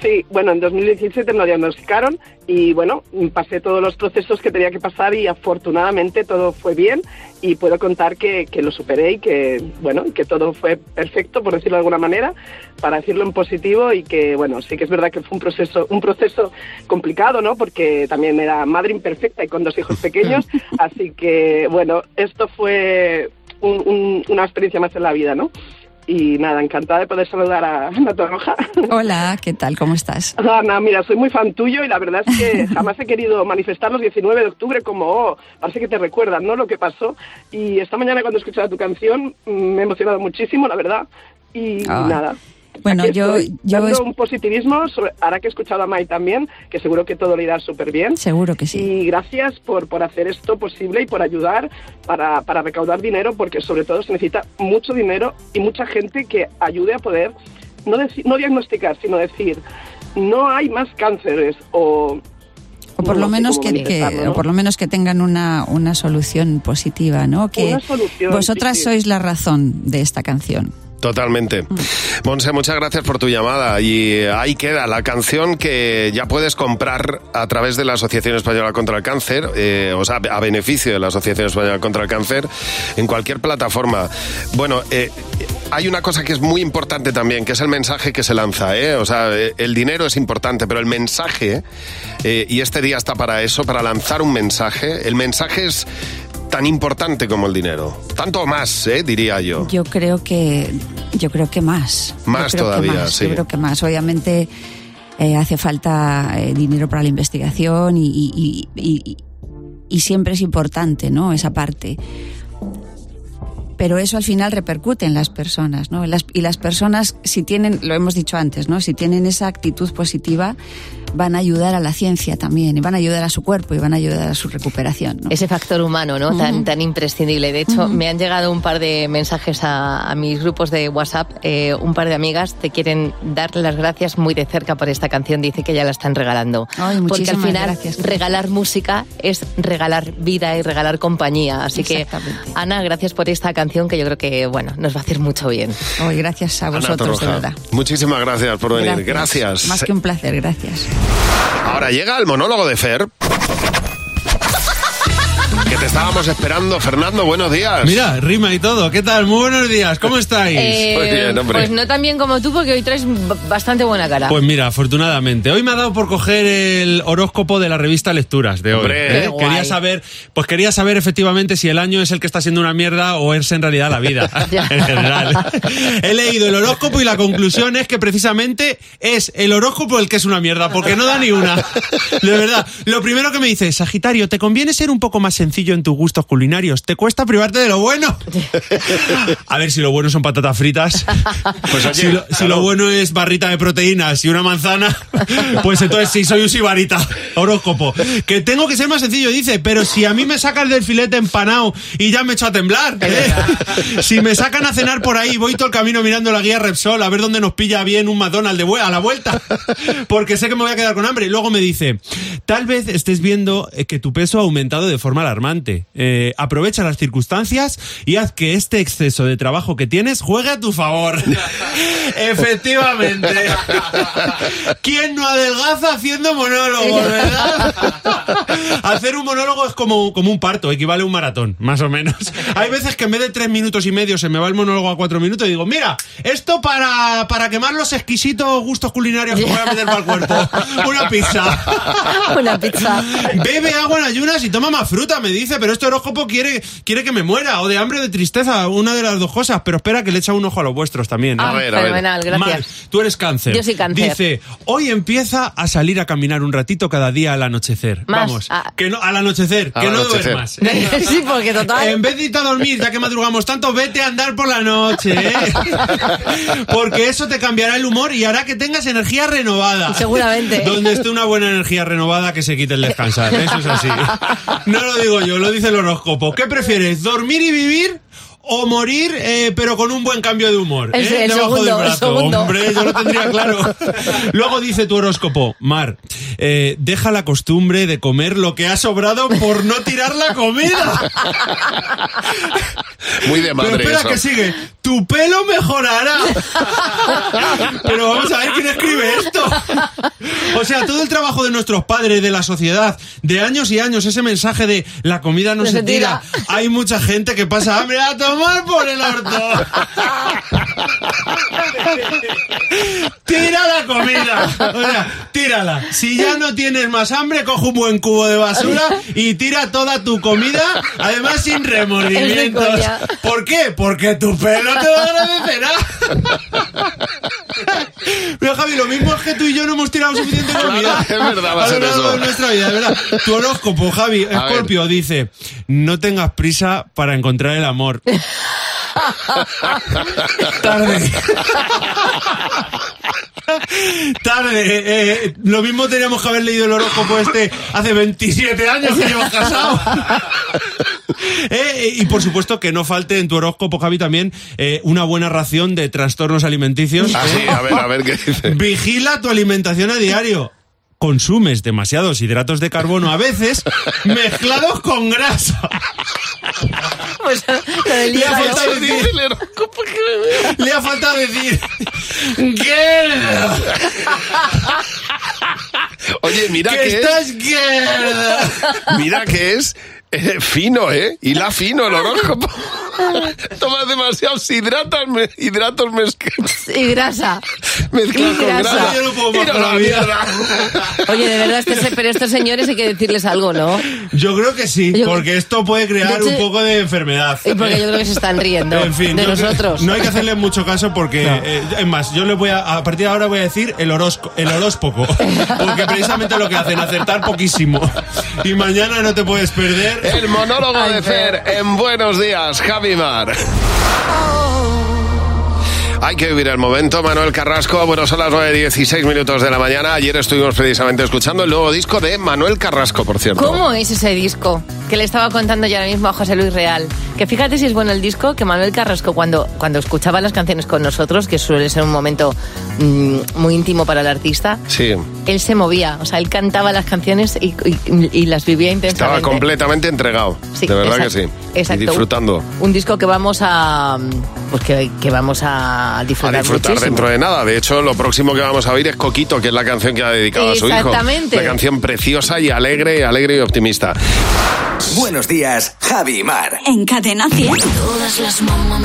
[SPEAKER 12] Sí, bueno, en 2017 me lo diagnosticaron y bueno, pasé todos los procesos que tenía que pasar y afortunadamente todo fue bien y puedo contar que, que lo superé y que bueno, que todo fue perfecto, por decirlo de alguna manera, para decirlo en positivo y que bueno, sí que es verdad que fue un proceso, un proceso complicado, ¿no? Porque también era madre imperfecta y con dos hijos pequeños, así que bueno, esto fue un- un- una experiencia más en la vida, ¿no? Y nada, encantada de poder saludar a Ana Torroja.
[SPEAKER 1] Hola, ¿qué tal? ¿Cómo estás?
[SPEAKER 12] [LAUGHS] Ana, mira, soy muy fan tuyo y la verdad es que jamás he querido manifestar los 19 de octubre como, oh, parece que te recuerdan, ¿no? Lo que pasó. Y esta mañana cuando he escuchado tu canción mm, me he emocionado muchísimo, la verdad. Y, y
[SPEAKER 1] Ah.
[SPEAKER 12] nada.
[SPEAKER 1] Bueno,
[SPEAKER 12] Aquí
[SPEAKER 1] yo-
[SPEAKER 12] estoy,
[SPEAKER 1] yo
[SPEAKER 12] dando
[SPEAKER 1] es-
[SPEAKER 12] un positivismo, sobre- ahora que he escuchado a Mai también, que seguro que todo le irá súper bien.
[SPEAKER 1] Seguro que sí.
[SPEAKER 12] Y gracias por, por hacer esto posible y por ayudar para, para recaudar dinero, porque sobre todo se necesita mucho dinero y mucha gente que ayude a poder, no, deci- no diagnosticar, sino decir, no hay más cánceres o...
[SPEAKER 1] O por
[SPEAKER 12] no
[SPEAKER 1] lo
[SPEAKER 12] sé
[SPEAKER 1] menos
[SPEAKER 12] cómo
[SPEAKER 1] que, que-
[SPEAKER 12] manifestarlo, ¿no?
[SPEAKER 1] o por lo menos que tengan una, una solución positiva, ¿no? Que
[SPEAKER 12] Una solución,
[SPEAKER 1] vosotras
[SPEAKER 12] sí, sí.
[SPEAKER 1] sois la razón de esta canción.
[SPEAKER 3] Totalmente. Monse, muchas gracias por tu llamada. Y ahí queda la canción que ya puedes comprar a través de la Asociación Española contra el Cáncer, eh, o sea, a beneficio de la Asociación Española contra el Cáncer, en cualquier plataforma. Bueno, eh, hay una cosa que es muy importante también, que es el mensaje que se lanza. ¿eh? O sea, eh, el dinero es importante, pero el mensaje, eh, y este día está para eso, para lanzar un mensaje, el mensaje es tan importante como el dinero. Tanto o más, ¿eh? diría yo.
[SPEAKER 1] Yo creo que yo creo que más.
[SPEAKER 3] Más
[SPEAKER 1] Yo creo que
[SPEAKER 3] todavía,
[SPEAKER 1] más,
[SPEAKER 3] sí.
[SPEAKER 1] Yo creo que más. Obviamente eh, hace falta eh, dinero para la investigación y, y- y- y- y siempre es importante, ¿no? Esa parte. Pero eso al final repercute en las personas, ¿no? En las- y las personas, si tienen, lo hemos dicho antes, ¿no? Si tienen esa actitud positiva, van a ayudar a la ciencia también, y van a ayudar a su cuerpo, y van a ayudar a su recuperación, ¿no? Mm.
[SPEAKER 4] Ese factor humano, ¿no? tan, tan imprescindible. De hecho, me han llegado un par de mensajes a, a mis grupos de WhatsApp. Eh, un par de amigas te quieren dar las gracias muy de cerca por esta canción. Dice que ya la están regalando. Porque
[SPEAKER 1] Ay,
[SPEAKER 4] al
[SPEAKER 1] muchísimas
[SPEAKER 4] final,
[SPEAKER 1] gracias.
[SPEAKER 4] regalar música es regalar vida y regalar compañía. Así que, Ana, gracias por esta canción que yo creo que, bueno, nos va a hacer mucho bien.
[SPEAKER 1] Hoy gracias a
[SPEAKER 3] Ana
[SPEAKER 1] vosotros, de
[SPEAKER 3] Torroja,
[SPEAKER 1] verdad.
[SPEAKER 3] Muchísimas gracias por venir. Gracias.
[SPEAKER 1] Más que un placer, gracias.
[SPEAKER 3] Ahora llega el monólogo de
[SPEAKER 1] [LAUGHS]
[SPEAKER 3] Fer. Que te estábamos esperando, Fernando. Buenos días.
[SPEAKER 14] Mira, rima y todo. ¿Qué tal? Muy buenos días. ¿Cómo estáis?
[SPEAKER 4] Eh, pues no tan bien como tú, porque hoy traes b- bastante buena cara.
[SPEAKER 14] Pues mira, afortunadamente. Hoy me ha dado por coger el horóscopo de la revista Lecturas de hoy.
[SPEAKER 3] Hombre.
[SPEAKER 14] ¿eh?
[SPEAKER 3] Qué guay.
[SPEAKER 14] Quería saber, pues quería saber efectivamente si el año es el que está siendo una mierda o es en realidad la vida.
[SPEAKER 3] [LAUGHS]
[SPEAKER 14] [LAUGHS] en general. He leído el horóscopo y la conclusión es que precisamente es el horóscopo el que es una mierda, porque no da ni una. De verdad. Lo primero que me dice, Sagitario, te conviene ser un poco más sencillo pillo en tus gustos culinarios. ¿Te cuesta privarte de lo bueno? A ver si lo bueno son patatas fritas.
[SPEAKER 3] Pues oye,
[SPEAKER 14] si, lo, si
[SPEAKER 3] claro.
[SPEAKER 14] lo bueno es barrita de proteínas y una manzana, pues entonces sí, soy un sibarita. Horóscopo. Que tengo que ser más sencillo, dice, pero si a mí me sacas del filete empanado y ya me echo a temblar. ¿eh? Si me sacan a cenar por ahí, voy todo el camino mirando la guía Repsol a ver dónde nos pilla bien un McDonald's de vue- a la vuelta. [LAUGHS] Porque sé que me voy a quedar con hambre. Y luego me dice, tal vez estés viendo eh, que tu peso ha aumentado de forma alarmante. Eh, aprovecha las circunstancias y haz que este exceso de trabajo que tienes juegue a tu favor. [LAUGHS] Efectivamente. ¿Quién no adelgaza haciendo monólogos, verdad? [LAUGHS] Hacer un monólogo es como, como un parto, equivale a un maratón, más o menos. Hay veces que en vez de tres minutos y medio se me va el monólogo a cuatro minutos y digo, mira, esto para, para quemar los exquisitos gustos culinarios que voy a meter para el cuerpo. [LAUGHS] Una pizza.
[SPEAKER 4] [LAUGHS] Una pizza.
[SPEAKER 14] Bebe agua en ayunas y toma más fruta, me dice, pero este horóscopo quiere, quiere que me muera, o de hambre o de tristeza, una de las dos cosas, pero espera que le echa un ojo a los vuestros también. ¿eh?
[SPEAKER 4] Ah, A ver, a ver. fenomenal, gracias.
[SPEAKER 14] Mar, tú eres cáncer.
[SPEAKER 4] Yo soy cáncer.
[SPEAKER 14] Dice, hoy empieza a salir a caminar un ratito cada día al anochecer.
[SPEAKER 4] Más,
[SPEAKER 14] Vamos,
[SPEAKER 4] a-
[SPEAKER 14] que no, al anochecer,
[SPEAKER 3] Al
[SPEAKER 14] que no
[SPEAKER 3] anochecer.
[SPEAKER 14] duermas. [LAUGHS]
[SPEAKER 4] sí, porque total.
[SPEAKER 14] En vez de irte a dormir, ya que madrugamos tanto, vete a andar por la noche,
[SPEAKER 4] [LAUGHS]
[SPEAKER 14] ¿eh? Porque eso te cambiará el humor y hará que tengas energía renovada.
[SPEAKER 4] Seguramente.
[SPEAKER 14] Donde esté una buena energía renovada que se quite el descansar. ¿eh? Eso es así. No lo digo yo, lo dice el horóscopo. ¿Qué prefieres, dormir y vivir? O morir, eh, pero con un buen cambio de humor.
[SPEAKER 4] El-
[SPEAKER 14] ¿eh?
[SPEAKER 4] el
[SPEAKER 14] Debajo del
[SPEAKER 4] segundo, el
[SPEAKER 14] brazo.
[SPEAKER 4] segundo.
[SPEAKER 14] Hombre, yo lo tendría claro. Luego dice tu horóscopo, Mar, eh, deja la costumbre de comer lo que ha sobrado por no tirar la comida.
[SPEAKER 3] Muy de madre
[SPEAKER 14] Pero espera
[SPEAKER 3] eso. [LAUGHS]
[SPEAKER 14] que sigue. Tu pelo mejorará. Pero vamos a ver quién escribe esto. O sea, todo el trabajo de nuestros padres, de la sociedad, de años y años, ese mensaje de la comida no,
[SPEAKER 15] No
[SPEAKER 14] se,
[SPEAKER 15] se
[SPEAKER 14] tira.
[SPEAKER 15] tira.
[SPEAKER 14] Hay mucha gente que pasa hambre a tomar por el orto. Tira la comida. O sea, tírala. Si ya no tienes más hambre, coge un buen cubo de basura y tira toda tu comida, además sin remordimientos.
[SPEAKER 15] Es rico ya.
[SPEAKER 14] ¿Por qué? Porque tu pelo te lo agradecerá. Pero Javi, lo mismo es que tú y yo no hemos tirado suficiente comida.
[SPEAKER 3] Es verdad, va a
[SPEAKER 14] lo
[SPEAKER 3] ser
[SPEAKER 14] largo
[SPEAKER 3] eso.
[SPEAKER 14] de nuestra vida, es verdad. Tu horóscopo, Javi,
[SPEAKER 3] A
[SPEAKER 14] Escorpio, dice: No tengas prisa para encontrar el amor.
[SPEAKER 3] [LAUGHS]
[SPEAKER 14] Tarde. Tarde. eh, eh, lo mismo teníamos que haber leído el horóscopo este hace 27 años que llevas
[SPEAKER 3] [LAUGHS]
[SPEAKER 14] casado. Eh, y por supuesto que no falte en tu horóscopo, Javi, también eh, una buena ración de trastornos alimenticios. ¿eh?
[SPEAKER 3] Ah, sí, a ver, a ver qué dice.
[SPEAKER 14] Vigila tu alimentación a diario. Consumes demasiados hidratos de carbono a veces mezclados con grasa.
[SPEAKER 4] Pues lo del
[SPEAKER 14] Le ha
[SPEAKER 4] hígado.
[SPEAKER 14] faltado decir. Le ha faltado decir. "Girl".
[SPEAKER 3] Oye, mira
[SPEAKER 14] Que
[SPEAKER 3] que,
[SPEAKER 14] estás
[SPEAKER 3] es,
[SPEAKER 14] girl.
[SPEAKER 3] mira que es eh, fino, ¿eh? Y la fino el horóscopo. Tomas demasiados hidratos, me- hidratos mezclados
[SPEAKER 4] Y grasa.
[SPEAKER 3] mezclados
[SPEAKER 4] Y
[SPEAKER 3] con
[SPEAKER 4] Ah. grasa.
[SPEAKER 3] grasa.
[SPEAKER 4] Yo no puedo más
[SPEAKER 3] Mira
[SPEAKER 14] con la
[SPEAKER 3] la
[SPEAKER 14] vida.
[SPEAKER 3] mierda.
[SPEAKER 4] Oye, de verdad, este se- pero estos señores hay que decirles algo, ¿no?
[SPEAKER 14] Yo creo que sí,
[SPEAKER 4] Yo-
[SPEAKER 14] porque esto puede crear
[SPEAKER 4] De hecho-
[SPEAKER 14] un poco de enfermedad.
[SPEAKER 4] Y porque yo creo que se están riendo
[SPEAKER 14] [LAUGHS] En fin,
[SPEAKER 4] de
[SPEAKER 14] yo creo-
[SPEAKER 4] nosotros.
[SPEAKER 14] No hay que hacerle mucho caso porque, eh, es más, yo le voy a, a partir de ahora voy a decir el horóscopo, el
[SPEAKER 4] [LAUGHS]
[SPEAKER 14] horóscopo, porque precisamente lo que hacen, acertar poquísimo. Y mañana no te puedes perder.
[SPEAKER 3] El monólogo de Fer en Buenos Días, Javi Mar. Hay que vivir el momento, Manuel Carrasco. Bueno, son las 9.16 minutos de la mañana. Ayer estuvimos precisamente escuchando el nuevo disco de Manuel Carrasco, por cierto.
[SPEAKER 4] ¿Cómo es ese disco? Que le estaba contando yo ahora mismo a José Luis Real. Que fíjate si es bueno el disco, que Manuel Carrasco cuando, cuando escuchaba las canciones con nosotros, que suele ser un momento mm, muy íntimo para el artista,
[SPEAKER 3] Sí.
[SPEAKER 4] él se movía, o sea, él cantaba las canciones y, y- y las vivía intensamente.
[SPEAKER 3] Estaba completamente entregado.
[SPEAKER 4] Sí,
[SPEAKER 3] de verdad
[SPEAKER 4] exacto,
[SPEAKER 3] que sí.
[SPEAKER 4] exacto.
[SPEAKER 3] Y disfrutando.
[SPEAKER 4] Un disco que vamos a mm, pues que, que vamos a
[SPEAKER 3] A
[SPEAKER 4] disfrutar,
[SPEAKER 3] disfrutar
[SPEAKER 4] muchísimo.
[SPEAKER 3] dentro de nada. De hecho, lo próximo que vamos a oír es Coquito, que es la canción que ha dedicado a su hijo.
[SPEAKER 4] Exactamente.
[SPEAKER 3] Una canción preciosa y alegre, alegre y optimista.
[SPEAKER 2] Buenos días, Javi Mar.
[SPEAKER 8] En Cadena 100.
[SPEAKER 16] Todas las mamá,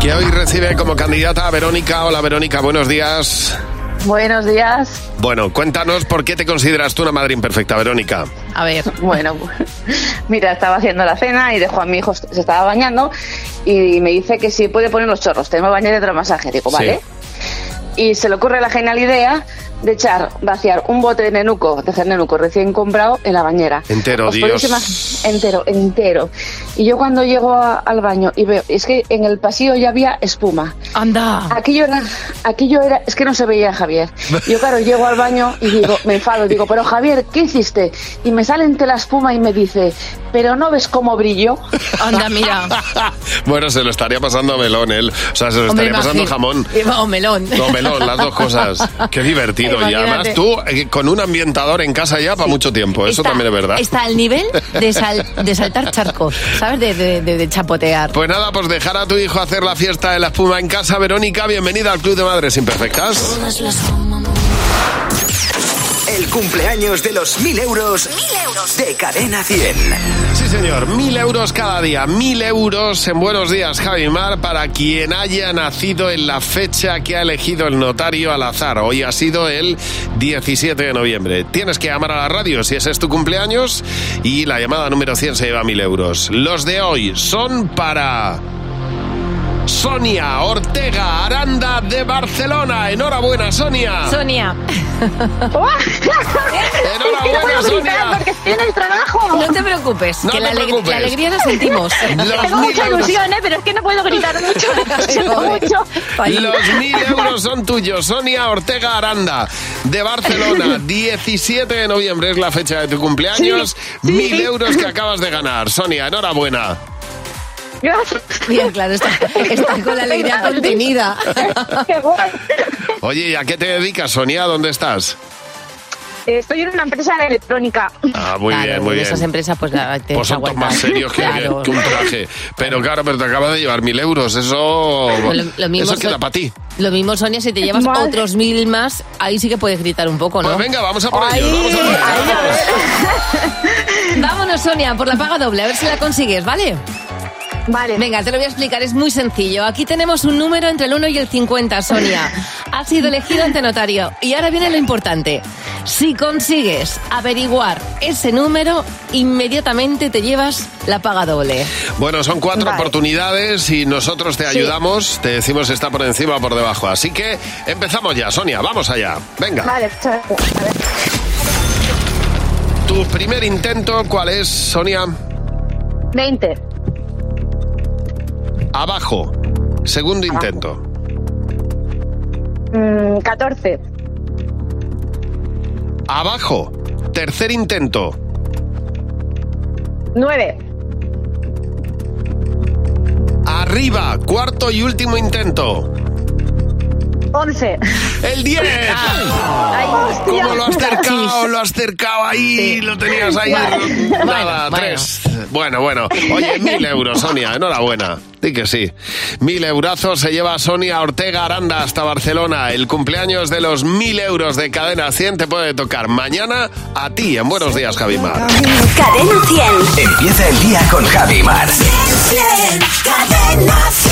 [SPEAKER 3] Que hoy recibe como candidata a Verónica. Hola Verónica, buenos días.
[SPEAKER 5] Buenos días.
[SPEAKER 3] Bueno, cuéntanos por qué te consideras tú una madre imperfecta, Verónica.
[SPEAKER 4] A ver.
[SPEAKER 5] [LAUGHS] Bueno, pues, mira, estaba haciendo la cena y dejó a mi hijo, se estaba bañando y me dice que si puede poner los chorros, te me bañé de otro masaje. Digo,
[SPEAKER 3] Sí.
[SPEAKER 5] vale. Y se le ocurre la genial idea de echar, vaciar un bote de nenuco, de nenuco recién comprado en la bañera.
[SPEAKER 3] Entero,
[SPEAKER 5] Os podéis
[SPEAKER 3] Dios.
[SPEAKER 5] imag- entero, entero. Y yo cuando llego a- al baño y veo, es que en el pasillo ya había espuma.
[SPEAKER 4] Anda.
[SPEAKER 5] Aquello era, aquello era, es que no se veía Javier. Yo claro, llego al baño y digo, me enfado, digo, pero Javier, ¿qué hiciste? Y me sale entre la espuma y me dice, pero no ves cómo brilló.
[SPEAKER 4] Anda,
[SPEAKER 5] [LAUGHS]
[SPEAKER 4] mira.
[SPEAKER 3] Bueno, se lo estaría pasando a melón él. O sea, se lo
[SPEAKER 4] Hombre,
[SPEAKER 3] estaría pasando a
[SPEAKER 4] imagín- [LAUGHS]
[SPEAKER 3] jamón.
[SPEAKER 4] O melón.
[SPEAKER 3] O melón, las
[SPEAKER 4] [LAUGHS]
[SPEAKER 3] dos cosas. Qué divertido. Y además
[SPEAKER 4] Imagínate.
[SPEAKER 3] tú eh, con un ambientador en casa ya para mucho tiempo. Pues Eso
[SPEAKER 4] Está-
[SPEAKER 3] también es verdad.
[SPEAKER 4] Está al nivel de, sal- de saltar charcos, ¿sabes? De, de- de- de chapotear.
[SPEAKER 3] Pues nada, pues dejar a tu hijo hacer la fiesta de la espuma en casa. Verónica, bienvenida al Club de Madres Imperfectas.
[SPEAKER 2] El cumpleaños de los mil euros, de Cadena 100.
[SPEAKER 3] Sí, señor. Mil euros cada día. Mil euros en Buenos Días, Javi Mar, para quien haya nacido en la fecha que ha elegido el notario al azar. Hoy ha sido el 17 de noviembre. Tienes que llamar a la radio si ese es tu cumpleaños y la llamada número 100 se lleva mil euros. Los de hoy son para... Sonia Ortega Aranda de Barcelona. Enhorabuena, Sonia.
[SPEAKER 4] Sonia.
[SPEAKER 3] Enhorabuena, Sonia.
[SPEAKER 4] porque estoy en el trabajo. No te preocupes,
[SPEAKER 3] No
[SPEAKER 4] que
[SPEAKER 3] te
[SPEAKER 4] la, alegr-
[SPEAKER 3] preocupes.
[SPEAKER 4] la alegría la sentimos.
[SPEAKER 3] Los Tengo mil mucha euros. ilusión,
[SPEAKER 5] ¿eh?
[SPEAKER 4] pero es que no puedo gritar mucho.
[SPEAKER 3] [LAUGHS] Los mil euros son tuyos, Sonia Ortega Aranda,
[SPEAKER 4] [LAUGHS]
[SPEAKER 3] de Barcelona. 17 de noviembre es la fecha de tu cumpleaños.
[SPEAKER 4] Sí, sí.
[SPEAKER 3] Mil euros que acabas de ganar. Sonia, enhorabuena.
[SPEAKER 4] Bien, claro, está, está con la alegría contenida.
[SPEAKER 3] Oye, ¿y a qué te dedicas, Sonia? ¿Dónde estás?
[SPEAKER 4] Estoy en Eh, una empresa de electrónica.
[SPEAKER 3] Ah, muy bien, muy
[SPEAKER 4] de
[SPEAKER 3] bien.
[SPEAKER 4] esas empresas, pues la te
[SPEAKER 3] Pues son
[SPEAKER 4] aguantan.
[SPEAKER 3] más serios que,
[SPEAKER 4] Claro.
[SPEAKER 3] que un traje. Pero claro, pero te acabas de llevar mil euros. Eso,
[SPEAKER 4] Lo- lo mismo
[SPEAKER 3] eso
[SPEAKER 4] soy-
[SPEAKER 3] queda para ti.
[SPEAKER 4] Lo mismo, Sonia, si te llevas otros mil más, ahí sí que puedes gritar un poco, ¿no?
[SPEAKER 3] Pues venga, vamos a por
[SPEAKER 4] [LAUGHS] Ahí,
[SPEAKER 3] ello. Vamos a por ello.
[SPEAKER 4] Vámonos, Sonia, por la paga doble, a ver si la consigues, ¿vale? Vale. Venga, te lo voy a explicar, es muy sencillo. Aquí tenemos un número entre el 1 y el 50, Sonia. Ha sido elegido ante notario. Y ahora viene lo importante. Si consigues averiguar ese número, inmediatamente te llevas la paga doble.
[SPEAKER 3] Bueno, son cuatro oportunidades y nosotros te
[SPEAKER 4] Sí.
[SPEAKER 3] ayudamos, te decimos si está por encima o por debajo. Así que empezamos ya, Sonia, vamos allá. Venga.
[SPEAKER 15] Vale,
[SPEAKER 3] Tu primer intento, ¿cuál es, Sonia?
[SPEAKER 15] 20.
[SPEAKER 3] Abajo. Segundo intento.
[SPEAKER 15] Mm, 14.
[SPEAKER 3] Abajo. Tercer intento.
[SPEAKER 15] 9.
[SPEAKER 3] Arriba. Cuarto y último intento.
[SPEAKER 15] 11.
[SPEAKER 3] El 10.
[SPEAKER 5] Ah,
[SPEAKER 3] ¿Cómo lo has cercado? Lo has cercado ahí. Lo tenías ahí. Nada, tres. Bueno, bueno. Oye, mil euros, Sonia. Enhorabuena. Di que sí. Mil eurazos se lleva Sonia Ortega Aranda hasta Barcelona. El cumpleaños de los mil euros de Cadena 100 te puede tocar mañana a ti en Buenos Días, Javimar.
[SPEAKER 8] Cadena 100.
[SPEAKER 2] Empieza el día con Javi Mar.
[SPEAKER 8] Cadena 100.